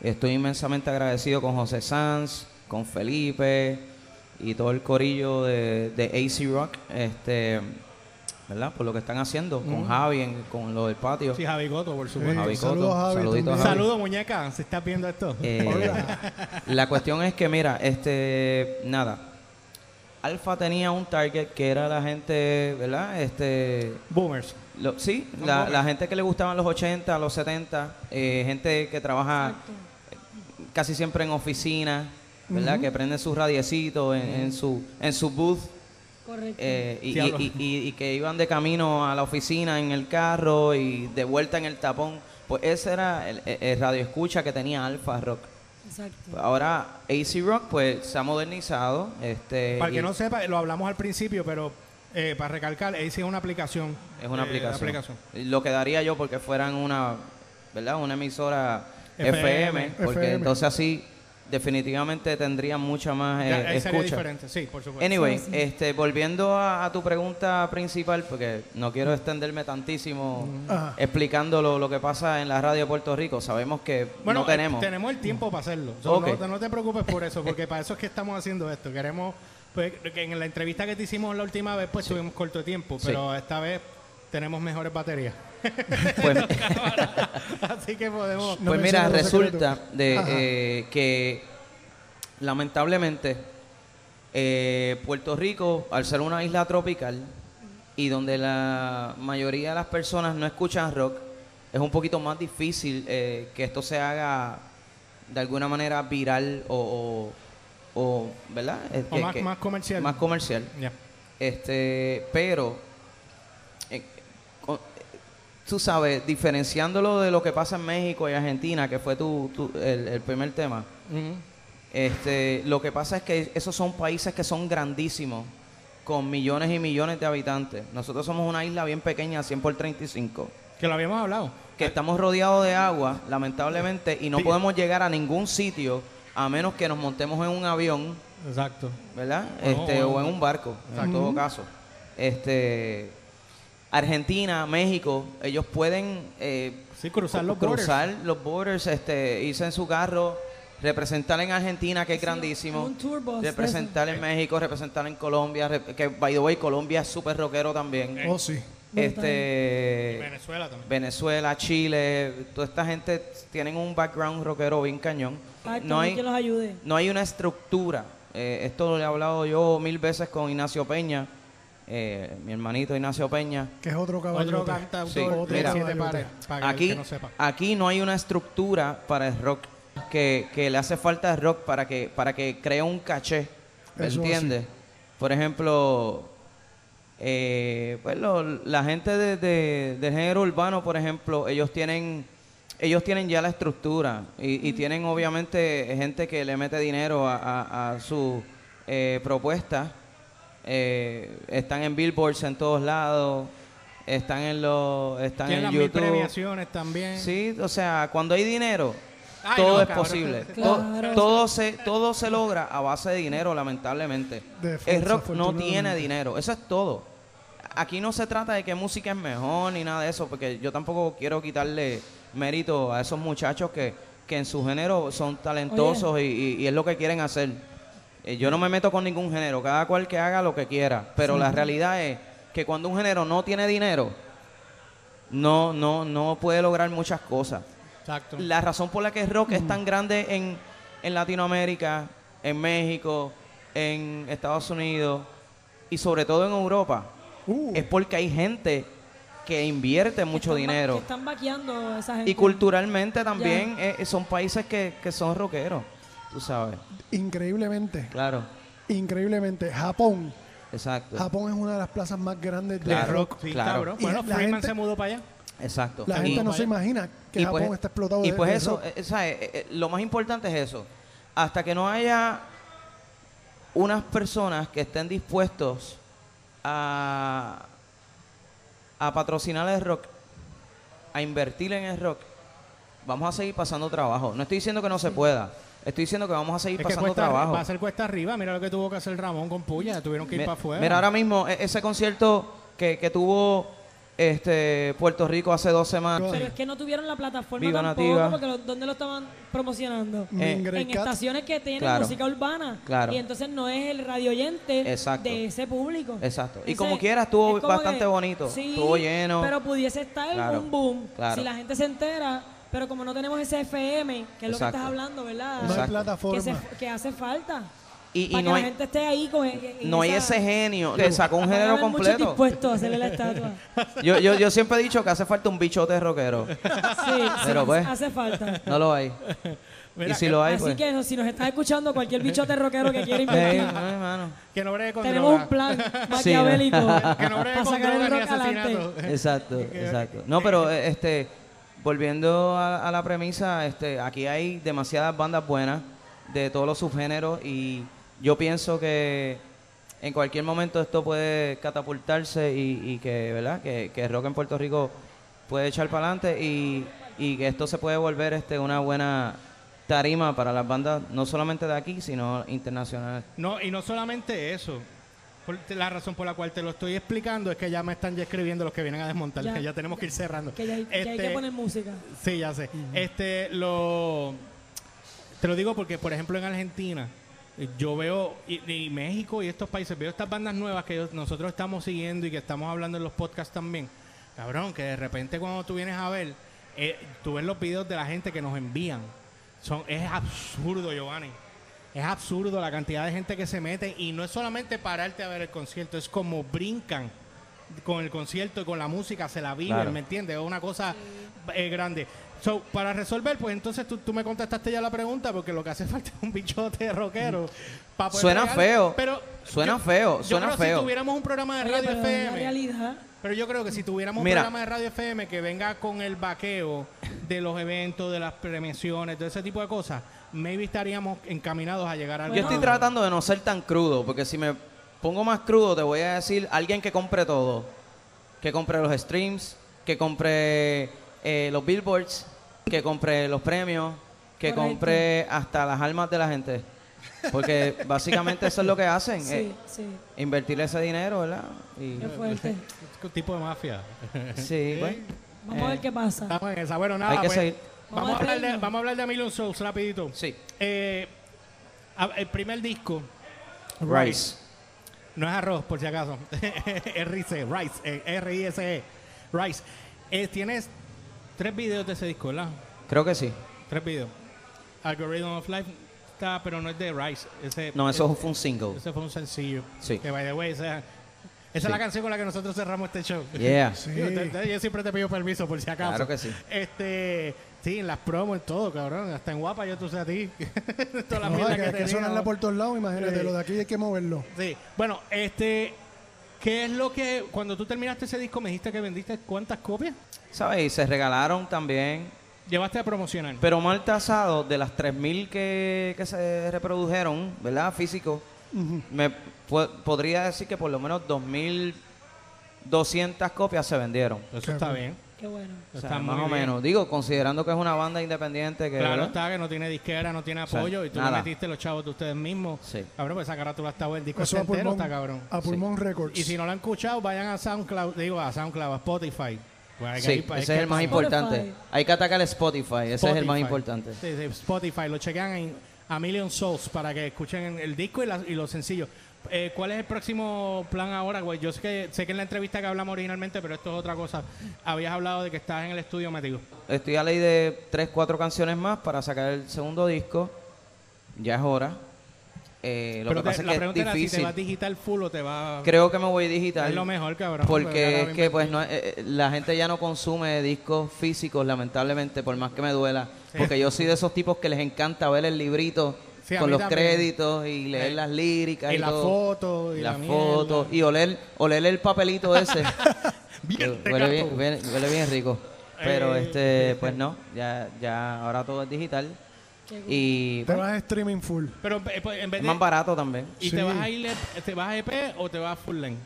S6: Estoy inmensamente agradecido con José Sanz, con Felipe y todo el corillo de, de AC Rock, este, ¿verdad? Por lo que están haciendo con Javi, en- con lo del patio.
S2: Sí, Javi Goto, por
S4: Sí,
S2: supuesto.
S6: Javi
S4: saludos,
S6: Cotto,
S4: Javi,
S6: saludito a
S4: también.
S6: Javi.
S2: Saludos, muñeca, si estás viendo esto.
S6: Eh, la cuestión es que, mira, este, nada. Alfa tenía un target que era la gente, ¿verdad? Este,
S2: Boomers.
S6: lo- sí,
S2: Son
S6: la,
S2: boomers.
S6: la gente que le gustaban los 80, los 70, eh, gente que trabaja casi siempre en oficina, ¿verdad? Que prende sus radiecitos en, en su en su booth
S3: Correcto.
S6: eh, y,
S2: Diablo.
S6: y- y- y que iban de camino a la oficina en el carro y de vuelta en el tapón. Pues ese era el, el- el radio escucha que tenía Alfa Rock.
S3: Exacto.
S6: Ahora AC Rock pues se ha modernizado. Este,
S2: Para el
S6: y-
S2: que no sepa, lo hablamos al principio, pero eh, para recalcar, AC es una aplicación.
S6: Es una
S2: eh,
S6: aplicación. Lo que daría yo porque fueran una, ¿verdad? Una emisora
S2: FM,
S6: FM, porque
S4: FM.
S6: entonces así definitivamente tendrían mucha más eh,
S2: Ya, ahí sería
S6: escucha.
S2: diferente, pues. sí, por supuesto.
S6: Anyway,
S3: Sí, sí.
S6: este, volviendo a, a tu pregunta principal, porque no quiero extenderme tantísimo
S4: Ajá.
S6: explicando lo, lo que pasa en la radio de Puerto Rico. Sabemos que
S2: bueno,
S6: no
S2: eh,
S6: tenemos.
S2: tenemos el tiempo para hacerlo. So,
S6: Ok.
S2: no, te- no te preocupes por eso, porque para eso es que estamos haciendo esto. Queremos, pues, que en la entrevista que te hicimos la última vez, pues tuvimos corto de tiempo,
S6: Sí.
S2: pero esta vez tenemos mejores baterías.
S6: Pues-
S2: Así que podemos...
S4: No
S6: pues mira,
S4: menciones los
S6: resulta
S4: secretos.
S6: de,
S4: Ajá.
S6: eh, que lamentablemente eh, Puerto Rico, al ser una isla tropical y donde la mayoría de las personas no escuchan rock, es un poquito más difícil eh, que esto se haga de alguna manera viral o, o- o, ¿verdad? Es
S2: O
S6: que-
S2: más-
S6: que-
S2: más comercial.
S6: Más comercial.
S2: Ya.
S6: Este, pero eh, con- eh, tú sabes, diferenciándolo de lo que pasa en México y Argentina, que fue tu, tu- el, el primer tema, este, lo que pasa es que esos son países que son grandísimos, con millones y millones de habitantes. Nosotros somos una isla bien pequeña, 100 por 35,
S2: Que lo habíamos hablado.
S6: que estamos rodeados de agua, lamentablemente, y no
S2: Sí.
S6: podemos llegar a ningún sitio a menos que nos montemos en un avión
S2: Exacto.
S6: ¿verdad?
S2: O-
S6: este,
S2: o-
S6: o en un barco, en todo caso. Este, Argentina, México, ellos pueden eh,
S2: Sí, cruzar los borders.
S6: cruzar los borders, este, irse en su carro, representar en Argentina, que es grandísimo,
S3: un tour bus de
S6: representar en México, representar en Colombia, rep- que, by the way, Colombia es súper rockero también.
S4: Oh, sí.
S6: Este,
S2: Venezuela también.
S6: Venezuela, Chile, toda esta gente tienen un background rockero bien cañón.
S3: Exacto,
S6: No hay,
S3: que los ayude.
S6: no hay una estructura. Eh, esto lo he hablado yo mil veces con Ignacio Peña, eh, mi hermanito Ignacio Peña.
S4: Que es otro caballo.
S2: Otro cantautor
S6: Sí,
S2: de
S6: mira.
S2: siete pares, para
S6: aquí,
S2: el que no sepa.
S6: aquí no hay una estructura para el rock que, que le hace falta al rock para que, para que crea un caché. ¿Me
S4: Eso
S6: entiendes? Por ejemplo, eh, pues lo- la gente de, de- del género urbano, por ejemplo, ellos tienen, ellos tienen ya la estructura y, y tienen obviamente gente que le mete dinero a, a- a su eh, propuesta. Eh, están en billboards en todos lados, están en los, están
S2: Tienen
S6: en
S2: las mil
S6: YouTube.
S2: premiaciones también.
S6: Sí, o sea, cuando hay dinero,
S2: Ay,
S6: todo
S2: no,
S6: es
S2: cabrón.
S6: posible. To-
S3: Claro.
S6: Todo, se, todo se logra a base de dinero, lamentablemente.
S4: De-
S6: el rock no
S4: desafortunadamente.
S6: tiene dinero, eso es todo. Aquí no se trata de que música es mejor ni nada de eso, porque yo tampoco quiero quitarle mérito a esos muchachos que, que en su género son talentosos y, y- y es lo que quieren hacer. Eh, Yo no me meto con ningún género, cada cual que haga lo que quiera, pero la realidad es que cuando un género no tiene dinero, no, no, no puede lograr muchas cosas.
S2: Exacto.
S6: La razón por la que el rock es tan grande en, en Latinoamérica, en México, en Estados Unidos y sobre todo en Europa
S4: Uh,
S6: es porque hay gente que invierte
S3: Están
S6: mucho
S3: ba-
S6: dinero.
S3: que Están vaqueando a esa gente.
S6: Y culturalmente también eh, son países que, que son rockeros, tú sabes.
S4: increíblemente,
S6: Claro,
S4: increíblemente. Japón.
S6: exacto.
S4: Japón es una de las plazas más grandes de
S6: Claro.
S4: rock.
S2: Sí,
S6: claro.
S2: cabrón.
S4: Y
S2: Bueno,
S4: la
S2: Freeman
S4: gente-
S2: se mudó para allá.
S6: exacto.
S4: La
S6: Y-
S4: gente no se imagina que
S6: y
S4: Japón
S6: pues-
S4: está explotado
S6: Y
S4: de-
S6: pues
S4: de
S6: eso,
S4: rock.
S6: eh, ¿sabes? Eh, eh, lo más importante es eso. Hasta que no haya unas personas que estén dispuestos a, a patrocinar el rock, a invertir en el rock, vamos a seguir pasando trabajo. No estoy diciendo que no se pueda, estoy diciendo que vamos a
S2: Es
S6: seguir
S2: que
S6: pasando
S2: cuesta,
S6: trabajo.
S2: va a ser cuesta arriba. Mira lo que tuvo que hacer Ramón con Puya. Tuvieron que ir
S6: Mi-
S2: para afuera.
S6: Mira, ahora mismo, e- ese concierto que, que tuvo este Puerto Rico hace dos semanas.
S3: Pero es que no tuvieron la plataforma
S6: Viva
S3: tampoco,
S6: Nativa.
S3: porque lo- ¿dónde lo estaban promocionando?
S6: eh,
S4: Mingre
S3: En
S4: Cat.
S3: estaciones que tienen
S6: Claro.
S3: música urbana.
S6: Claro.
S3: Y entonces no es el radio oyente
S6: Exacto.
S3: de ese público.
S6: Exacto. Y
S3: Entonces,
S6: como quiera, estuvo
S3: es como
S6: bastante bonito.
S3: sí,
S6: Estuvo lleno.
S3: Pero pudiese estar
S6: Claro,
S3: un boom.
S6: claro.
S3: Si la gente se entera, pero como no tenemos ese FM, que es lo que
S6: Exacto.
S3: estás hablando, ¿verdad?
S4: no hay
S6: Exacto.
S4: plataforma.
S3: Que, se- que hace falta.
S6: Y,
S3: para
S6: y no
S3: que
S6: hay,
S3: la gente esté ahí con en- en
S6: no hay
S3: esa-
S6: ese genio. Te sacó un
S3: van a
S6: género
S3: haber muchos
S6: completo.
S3: dispuestos a hacerle la estatua.
S6: Yo, yo, yo siempre he dicho que hace falta un bichote rockero.
S3: Sí,
S6: Pero
S3: sí,
S6: pues.
S3: hace falta.
S6: No lo hay. y si lo hay,
S3: Así
S6: pues.
S3: que no, si nos estás escuchando cualquier bichote rockero que quiera
S6: Ey,
S3: invertir,
S6: ay, mano.
S2: Que no bregue con
S3: tenemos
S2: droga.
S3: un plan maquiavélico
S2: Que no bregue
S3: para
S2: con
S3: sacar el
S2: droga ni
S3: rock adelante.
S2: asesinato.
S6: Exacto, exacto. No, pero eh, este, volviendo a, a la premisa, este, aquí hay demasiadas bandas buenas de todos los subgéneros y yo pienso que en cualquier momento esto puede catapultarse y, y que, ¿verdad? Que, que el rock en Puerto Rico puede echar para adelante y, y que esto se puede volver este, una buena tarima para las bandas, no solamente de aquí, sino internacionales.
S2: No, y no solamente eso. Por- te- la razón por la cual te lo estoy explicando es que ya me están ya escribiendo los que vienen a desmontar,
S3: Ya.
S2: que ya tenemos que ir cerrando.
S3: Que ya hay, que hay que
S2: Este,
S3: poner música.
S2: Sí, ya sé. Este, lo. Te lo digo porque, por ejemplo, en Argentina, eh, yo veo, y, y México y estos países, veo estas bandas nuevas que yo- nosotros estamos siguiendo y que estamos hablando en los podcasts también. Cabrón, que de repente cuando tú vienes a ver, eh, tú ves los videos de la gente que nos envían. Son, es absurdo, Giovanni. Es absurdo la cantidad de gente que se mete y no es solamente pararte a ver el concierto, es como brincan con el concierto y con la música, se la viven,
S6: Claro.
S2: ¿me entiendes? Es una cosa eh, grande. So, para resolver, pues entonces tú, tú me contestaste ya la pregunta porque lo que hace falta es un bichote de rockero. pa' poder
S6: Mm. Suena
S2: bregar,
S6: feo.
S2: Pero
S6: Suena feo,
S2: yo
S6: suena
S2: creo que
S6: feo.
S2: Si tuviéramos un programa de
S3: Oye,
S2: radio
S3: pero en la
S2: FM,
S3: realidad,
S2: pero yo creo que si tuviéramos
S6: Mira.
S2: un programa de radio FM que venga con el vaqueo de los eventos, de las premiaciones, de ese tipo de cosas, maybe estaríamos encaminados a llegar a algo.
S6: Yo estoy tratando de no ser tan crudo, porque si me pongo más crudo, te voy a decir alguien que compre todo. Que compre los streams, que compre eh, los billboards, que compre los premios, que
S3: Correcto.
S6: compre hasta las almas de la gente. Porque básicamente eso es lo que hacen,
S3: sí,
S6: eh,
S3: sí.
S6: invertir ese dinero, ¿verdad? Y,
S3: Qué fuerte.
S2: Un tipo de mafia.
S6: sí, pues,
S3: Vamos a
S2: Eh.
S3: ver qué pasa.
S2: Estamos en esa. Bueno, nada,
S6: Hay que
S2: pues,
S6: seguir.
S2: Vamos,
S3: Vamos
S2: a
S3: a
S2: hablar de,
S3: reírnos.
S2: vamos a hablar de A Million Souls rapidito.
S6: sí.
S2: Eh, a- el primer disco
S6: Rice.
S2: no es arroz, por si acaso. RICE, Rice, eh, R-I-S-E, Rice. Eh, tienes tres videos de ese disco, ¿verdad?
S6: Creo que sí.
S2: Tres videos. Algorithm of Life está, pero no es de Rice. Ese,
S6: No, eso
S2: ese-
S6: fue un single.
S2: ese fue un sencillo.
S6: Sí.
S2: Que by the way, o sea, esa es la canción con la que nosotros cerramos este show.
S6: Yeah.
S2: Yo, te- te- yo siempre te pido permiso por si acaso.
S6: Claro que sí.
S2: Este, sí, en las promos, en todo, cabrón. Hasta en guapa yo tú sé a ti. Toda la
S4: No,
S2: mierda
S4: que hay que
S2: tenía,
S4: sonarla
S2: ¿no?
S4: por todos lados, imagínate,
S2: Sí.
S4: lo de aquí hay que moverlo.
S2: Sí. Bueno, este, ¿qué es lo que cuando tú terminaste ese disco me dijiste que vendiste cuántas copias?
S6: ¿Sabes? Y se regalaron también
S2: Llevaste a promocionar.
S6: Pero mal tasado, de las 3.000 que, que se reprodujeron, ¿verdad? Físico, me po- podría decir que por lo menos 2.200 copias se vendieron.
S2: Eso está bien.
S3: Qué bueno.
S6: O
S2: Está
S6: sea, más
S2: muy
S6: o
S2: bien.
S6: menos. Digo, considerando que es una banda independiente que...
S2: Claro
S6: ¿verdad?
S2: está que no tiene disquera, no tiene
S6: sea,
S2: apoyo y tú le
S6: nada.
S2: metiste los chavos de ustedes mismos.
S6: Sí.
S2: Cabrón, pues esa carátula está buena, el disco
S4: Eso
S2: está
S4: a
S2: entero,
S4: pulmón,
S2: está cabrón.
S4: a Pulmón Records.
S2: Y si no lo han escuchado, vayan a SoundCloud, digo a SoundCloud, a Spotify. Pues hay que
S6: Sí,
S2: ir pa- hay
S6: ese
S2: que
S6: es el más
S2: pa-
S3: Spotify.
S6: importante. Hay que atacar Spotify, ese es el más
S2: Spotify.
S6: importante.
S2: Sí, sí, Spotify, lo chequean en A Million Souls para que escuchen el disco y, la- y los sencillos. Eh, ¿Cuál es el próximo plan ahora, güey? Yo sé que, sé que en la entrevista que hablamos originalmente, pero esto es otra cosa. Habías hablado de que estás en el estudio metido.
S6: Estoy a ley de 3, 4 canciones más para sacar el segundo disco. Ya es hora. Eh, lo
S2: pero
S6: que pasa
S2: te- la
S6: es que es
S2: pregunta era si te
S6: difícil.
S2: vas digital full o te vas...
S6: Creo que me voy digital.
S2: Es lo mejor, cabrón, porque
S6: Porque
S2: ahora
S6: es que
S2: mismo-
S6: pues no, eh, eh, la gente ya no consume discos físicos, lamentablemente, por más que me duela. Porque yo soy de esos tipos que les encanta ver el librito
S2: Sí, a
S6: con
S2: mí
S6: los
S2: también.
S6: créditos y leer
S2: Sí.
S6: las líricas.
S2: Y
S6: Y,
S2: la
S6: todo.
S2: foto, y
S6: la,
S2: la mierda.
S6: foto. Y oler, oler el papelito ese.
S2: Bien,
S6: Que huele,
S2: Ricardo.
S6: bien, huele- huele bien rico. Pero
S2: Eh,
S6: este, pues no, ya, ya ahora todo es digital. Y
S4: Te
S6: bueno,
S4: vas a streaming full.
S2: Pero eh, pues, en vez
S6: es
S2: de...
S6: más barato también.
S2: ¿Y
S4: Sí.
S2: te vas a ir EP, te vas a EP o te vas a full length?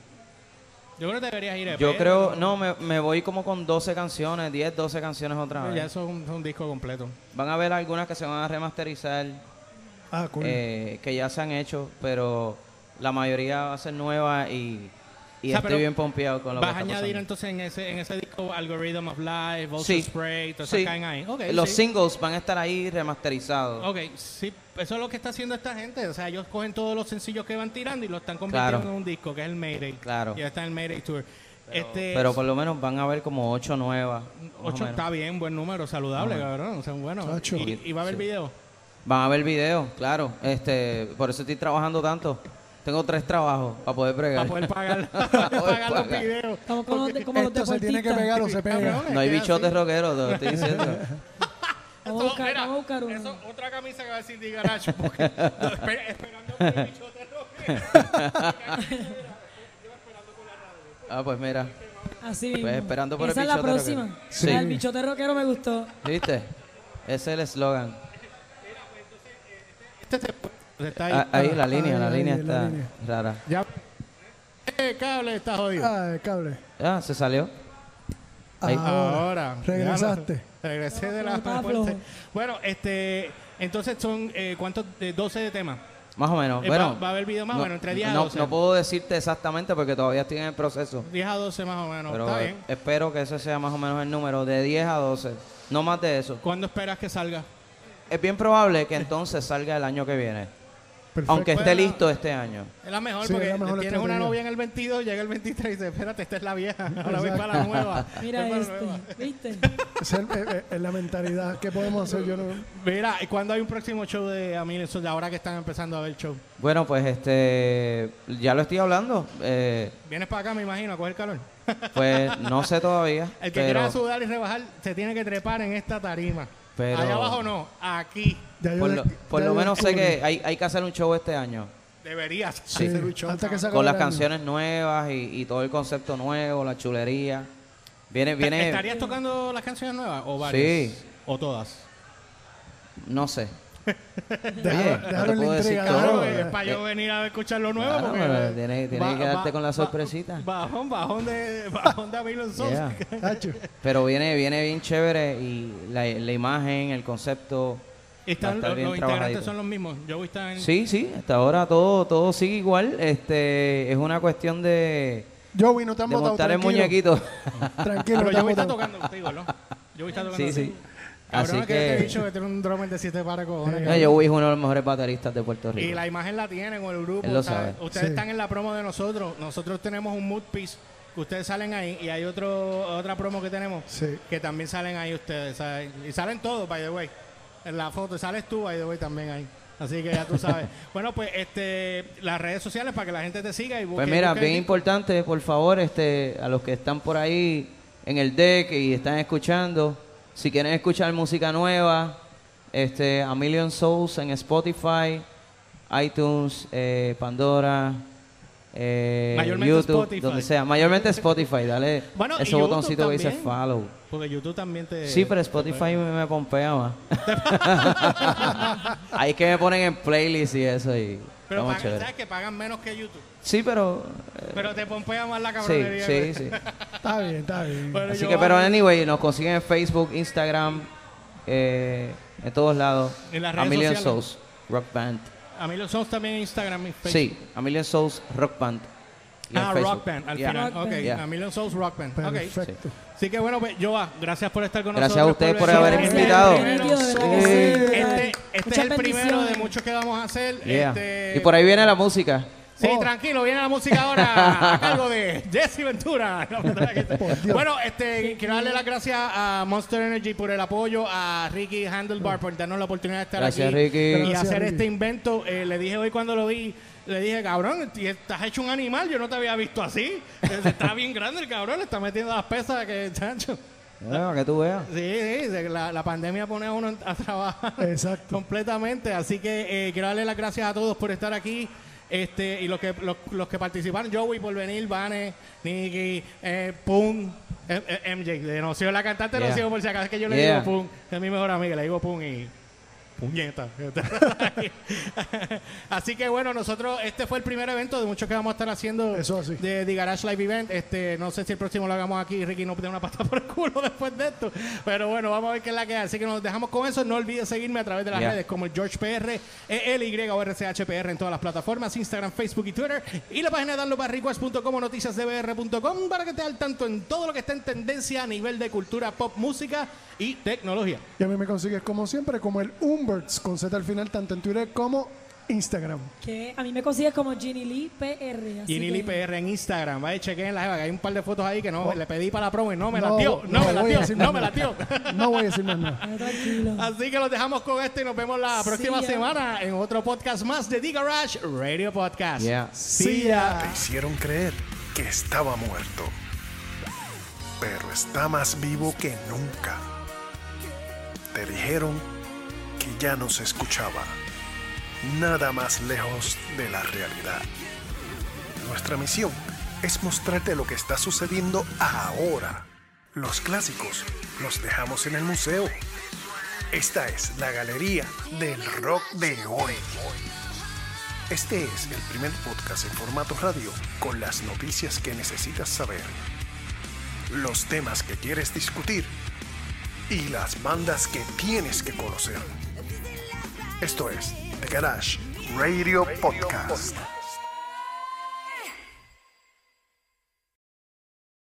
S2: Yo creo que deberías ir E EP.
S6: Yo creo, no, me, me voy como con 12 canciones, 10, 12 canciones otra vez.
S2: Ya eso es un, es un disco completo.
S6: Van a haber algunas que se van a remasterizar,
S4: Ah, cool.
S6: eh, que ya se han hecho, pero la mayoría va a ser nueva y,
S2: O
S6: y
S2: sea,
S6: estoy
S2: pero
S6: bien pompeado con lo
S2: Vas
S6: que
S2: a
S6: está
S2: añadir
S6: pasando.
S2: entonces en ese, en ese disco Algorithm of Life, Vulture
S6: Sí.
S2: Spray, todo
S6: Sí.
S2: eso caen ahí. Ok,
S6: Los
S2: sí.
S6: singles van a estar ahí remasterizados.
S2: Ok, sí, eso es lo que está haciendo esta gente. O sea, ellos cogen todos los sencillos que van tirando y los están convirtiendo
S6: Claro.
S2: en un disco, que es el Mayday.
S6: Claro.
S2: Y está en el Mayday Tour. este,
S6: Pero por lo menos van a haber como 8 nuevas. más o
S2: ocho
S6: menos.
S2: está bien, buen número, saludable, cabrón. O sea, bueno.
S4: Chacho.
S2: ¿Y, y va a haber
S6: Sí.
S2: video.
S6: Van a ver videos, claro. Este, por eso estoy trabajando tanto. Tengo tres trabajos para poder bregar.
S2: Para poder pagar, para poder pagar los videos.
S3: Como, como, los de- como los
S4: Esto se tiene
S3: deportistas.
S4: que pegar o se pega.
S2: Cabrón,
S6: No hay
S2: es
S6: bichotes
S2: así.
S6: rockeros, te lo estoy diciendo.
S3: Vamos a
S2: Eso,
S3: buscar,
S2: mira,
S3: vamos a buscar uno.
S2: eso, otra camisa que va a decir de garage. Porque, esper- esperando que el bichote roque.
S6: Ah, pues mira.
S3: Así mismo.
S6: Pues esperando por el
S3: Esa es la
S6: bichote
S3: próxima.
S6: rockero. Sí.
S3: Ah, El bichote rockero me gustó.
S6: ¿Viste? Ese es el eslogan.
S2: Pues está ahí.
S6: Ah, Ahí la línea,
S4: ahí,
S6: la
S4: ahí,
S6: línea
S4: la
S6: está
S4: línea.
S6: rara.
S2: Ya. Eh, cable está jodido.
S4: Ah, el cable.
S6: Ah, se salió. Ahí.
S2: Ahora.
S4: Regresaste.
S2: Ya no- regresé de la
S3: Estaba
S2: fuerte.
S3: flojo.
S2: Bueno, este. Entonces son. eh, ¿Cuántos? De 12 de temas.
S6: Más o menos.
S2: Eh,
S6: bueno,
S2: va- va a haber video más, bueno, entre 10 a
S6: no,
S2: 12.
S6: no puedo decirte exactamente porque todavía estoy en el proceso.
S2: 10 a 12 más o menos.
S6: pero
S2: está
S6: eh,
S2: bien.
S6: espero que ese sea más o menos el número, de 10 a 12. No más de eso.
S2: ¿Cuándo esperas que salga?
S6: Es bien probable que entonces salga el año que viene.
S4: Perfecto.
S6: Aunque esté
S2: Bueno.
S6: listo este año.
S2: Es la mejor
S4: Sí,
S2: porque
S4: es la mejor
S2: tienes una
S4: estrategia.
S2: novia en el 22, llega el 23 y dice, espérate, esta es la vieja, ahora voy para la nueva.
S3: Mira
S2: Voy para la
S3: este.
S2: nueva.
S3: ¿Viste?
S4: Es, el- es- es- es la mentalidad. ¿Qué podemos hacer? Yo no.
S2: Mira, ¿y cuándo hay un próximo show de Amil Eso de ahora que están empezando a ver show?
S6: Bueno, pues este. Ya lo estoy hablando. eh,
S2: Vienes para acá, me imagino, a coger calor.
S6: pues no sé todavía.
S2: El que
S6: pero
S2: quiera sudar y rebajar se tiene que trepar en esta tarima.
S6: Pero-
S2: Allá abajo no, aquí
S4: Ya yo
S6: por
S4: de-
S6: lo, por
S4: ya
S6: lo
S4: yo
S6: menos sé
S4: descubrí.
S6: que hay, hay que hacer un show este año.
S2: deberías
S4: Sí,
S2: hacer un show.
S4: antes que se acabe
S6: con las
S4: el año.
S6: canciones nuevas y, y todo el concepto nuevo, la chulería. Viene, viene.
S2: ¿Estarías tocando las canciones nuevas o varias?
S6: Sí.
S2: ¿O todas?
S6: No sé.
S4: Déjalo-
S6: Oye,
S4: déjalo
S6: no te
S4: en la
S6: puedo decir
S4: intriga,
S6: todo,
S4: déjalo-
S2: Claro,
S6: eh,
S2: es para yo venir a escuchar lo nuevo.
S6: Claro,
S2: porque,
S6: pero
S2: eh,
S6: tienes- tienes que quedarte con la sorpresita.
S2: Bajón, bajón de, bajón de Amil Sosa.
S6: Yeah.
S4: Tacho,
S6: Pero viene, viene bien chévere y la, la imagen, el concepto. va a
S2: Están,
S6: estar
S2: los,
S6: bien
S2: los
S6: trabajadito.
S2: integrantes son los mismos. Yo voy a estar en.
S6: Sí, sí, hasta ahora todo, todo sigue igual. Este, es una cuestión de,
S4: Joey, no te
S6: de
S4: han votado.
S6: montar el
S4: tranquilo.
S6: muñequito.
S2: Ah,
S4: Tranquilo,
S2: Pero
S4: no te
S2: yo
S4: han
S2: voy a estar
S4: votado.
S2: tocando contigo, ¿no? Yo voy a estar tocando
S6: sí, sí.
S2: contigo. Cabrón,
S6: Así
S2: es que te he
S6: que
S2: dicho que tiene un drummer de siete para cojones.
S6: no,
S2: cabrón.
S6: Joey es uno de los mejores bateristas de Puerto
S2: y
S6: Rico.
S2: la imagen la tienen con el grupo.
S6: Él lo
S2: ¿sabes?
S6: sabe.
S2: Ustedes
S4: Sí.
S2: están en la promo de nosotros. Nosotros tenemos un mood piece que ustedes salen ahí y hay otro otra promo que tenemos
S4: Sí.
S2: que también salen ahí ustedes. ¿sabes? Y salen todos, by the way. En la foto sales tú, by the way, también ahí. Así que ya tú sabes. bueno, pues este las redes sociales para que la gente te siga y busque,
S6: Pues mira,
S2: busque-
S6: bien importante, por favor, este, a los que están por ahí en el deck y están escuchando, si quieren escuchar música nueva, este, a Million Souls en Spotify, iTunes, eh, Pandora, eh,
S2: Mayormente
S6: YouTube,
S2: Spotify.
S6: donde sea, mayormente Spotify, dale
S2: Bueno, y
S6: ese
S2: YouTube
S6: botoncito que dice
S2: también. Eh,
S6: follow.
S2: Porque YouTube también te.
S6: Sí, pero Spotify me, me pompea más. Ahí es que me ponen en playlist y eso y está
S2: Pero
S6: muy
S2: pagan-
S6: chévere.
S2: sabes que pagan menos que YouTube.
S6: Sí, pero eh,
S2: Pero te pompea más la
S6: sí,
S2: cabronería.
S6: sí,
S2: güey.
S6: sí.
S4: Está bien, está bien.
S2: Bueno,
S6: Así
S2: yo
S6: que, pero
S2: hago-
S6: anyway, nos consiguen en Facebook, Instagram, eh, en todos lados.
S2: En las
S6: a
S2: redes
S6: Million
S2: sociales.
S6: Souls Rock Band.
S2: A mí los somos también en Instagram y Facebook.
S6: Sí, A Million Souls Rock Band. Y en
S2: ah,
S6: Facebook.
S2: Rock Band, al
S6: Yeah.
S2: final.
S3: Rock
S2: ok,
S3: Band.
S6: Yeah.
S2: a Million Souls Rock Band. ok.
S4: Perfecto.
S2: Así que bueno, pues, Joa, gracias por estar con
S6: Gracias a
S2: nosotros.
S6: ustedes por
S2: venir.
S6: haber
S3: Gracias,
S6: invitado.
S3: Remedios, de verdad
S4: Sí.
S3: que sí, de verdad.
S2: Este, este es
S3: Muchas
S2: el primero de
S3: bendiciones.
S2: muchos que vamos a hacer.
S6: Yeah.
S2: Este,
S6: Y por ahí viene la música.
S2: Sí,
S4: Oh.
S2: tranquilo, viene la música ahora a cargo de Jesse Ventura.
S4: Por Dios.
S2: bueno, este, quiero darle las gracias a Monster Energy por el apoyo, a Ricky Handlebar por darnos la oportunidad de estar
S6: Gracias,
S2: aquí
S6: Ricky.
S2: y
S4: Gracias,
S2: hacer
S4: Ricky.
S2: este invento. Eh, le dije hoy cuando lo vi, le dije, cabrón, y estás hecho un animal, yo no te había visto así. Está bien grande el cabrón, le está metiendo las pesas que, chancho.
S6: Bueno, que tú veas.
S2: Sí, sí, se- la, la pandemia pone a uno en- a trabajar
S4: Exacto.
S2: completamente. Así que eh, quiero darle las gracias a todos por estar aquí. Este, y los que los, los que participaron, Joey por venir, Vane, Nicky, eh, Pum, eh, eh, MJ, de Nocio, la cantante de
S6: Yeah.
S2: Nocio, por si acaso es que yo le
S6: Yeah.
S2: digo Pum, es mi mejor amiga, le digo Pum y puñeta. así que bueno, nosotros, este fue el primer evento de muchos que vamos a estar haciendo
S4: Eso así.
S2: de The Garage Live Event. Este, no sé si el próximo lo hagamos aquí, Ricky no dé una pata por el culo después de esto. Pero bueno, vamos a ver qué es la que hay. Así que nos dejamos con eso. No olvides seguirme a través de las
S6: Yeah.
S2: redes como el George PR, ELY o RCHPR en todas las plataformas, Instagram, Facebook y Twitter. Y la página danlobarriguas.com o noticiasdbr.com para que estés al tanto en todo lo que está en tendencia a nivel de cultura, pop, música y tecnología.
S4: Y a mí me consigues como siempre como el Umberts con Z al final tanto en Twitter como
S7: Instagram.
S3: Que a mí me consigues como Ginny Lee PR. así
S2: Ginny Lee
S3: que-
S2: PR en Instagram. Vaya, chequen la jeva, que hay un par de fotos ahí que no
S7: Oh.
S2: le pedí para la promo y no me
S7: No,
S2: la dio.
S7: no
S2: No, me
S7: voy a
S2: la dio.
S7: decir
S2: No
S7: más
S2: me la
S7: nada.
S2: dio.
S7: No voy a decir más nada.
S3: Ah, tranquilo.
S2: Así que los dejamos con esto y nos vemos la
S3: Sí,
S2: próxima
S3: ya.
S2: semana en otro podcast más de The Garage Radio Podcast.
S6: Yeah.
S2: See ya.
S4: Te hicieron creer que estaba muerto, pero está más vivo que nunca. Te dijeron que ya no se escuchaba, nada más lejos de la realidad. Nuestra misión es mostrarte lo que está sucediendo ahora. Los clásicos los dejamos en el museo. Esta es la galería del rock de hoy. Este es el primer podcast en formato radio con las noticias que necesitas saber, los temas que quieres discutir y las bandas que tienes que conocer. Esto es The Garage Radio Podcast.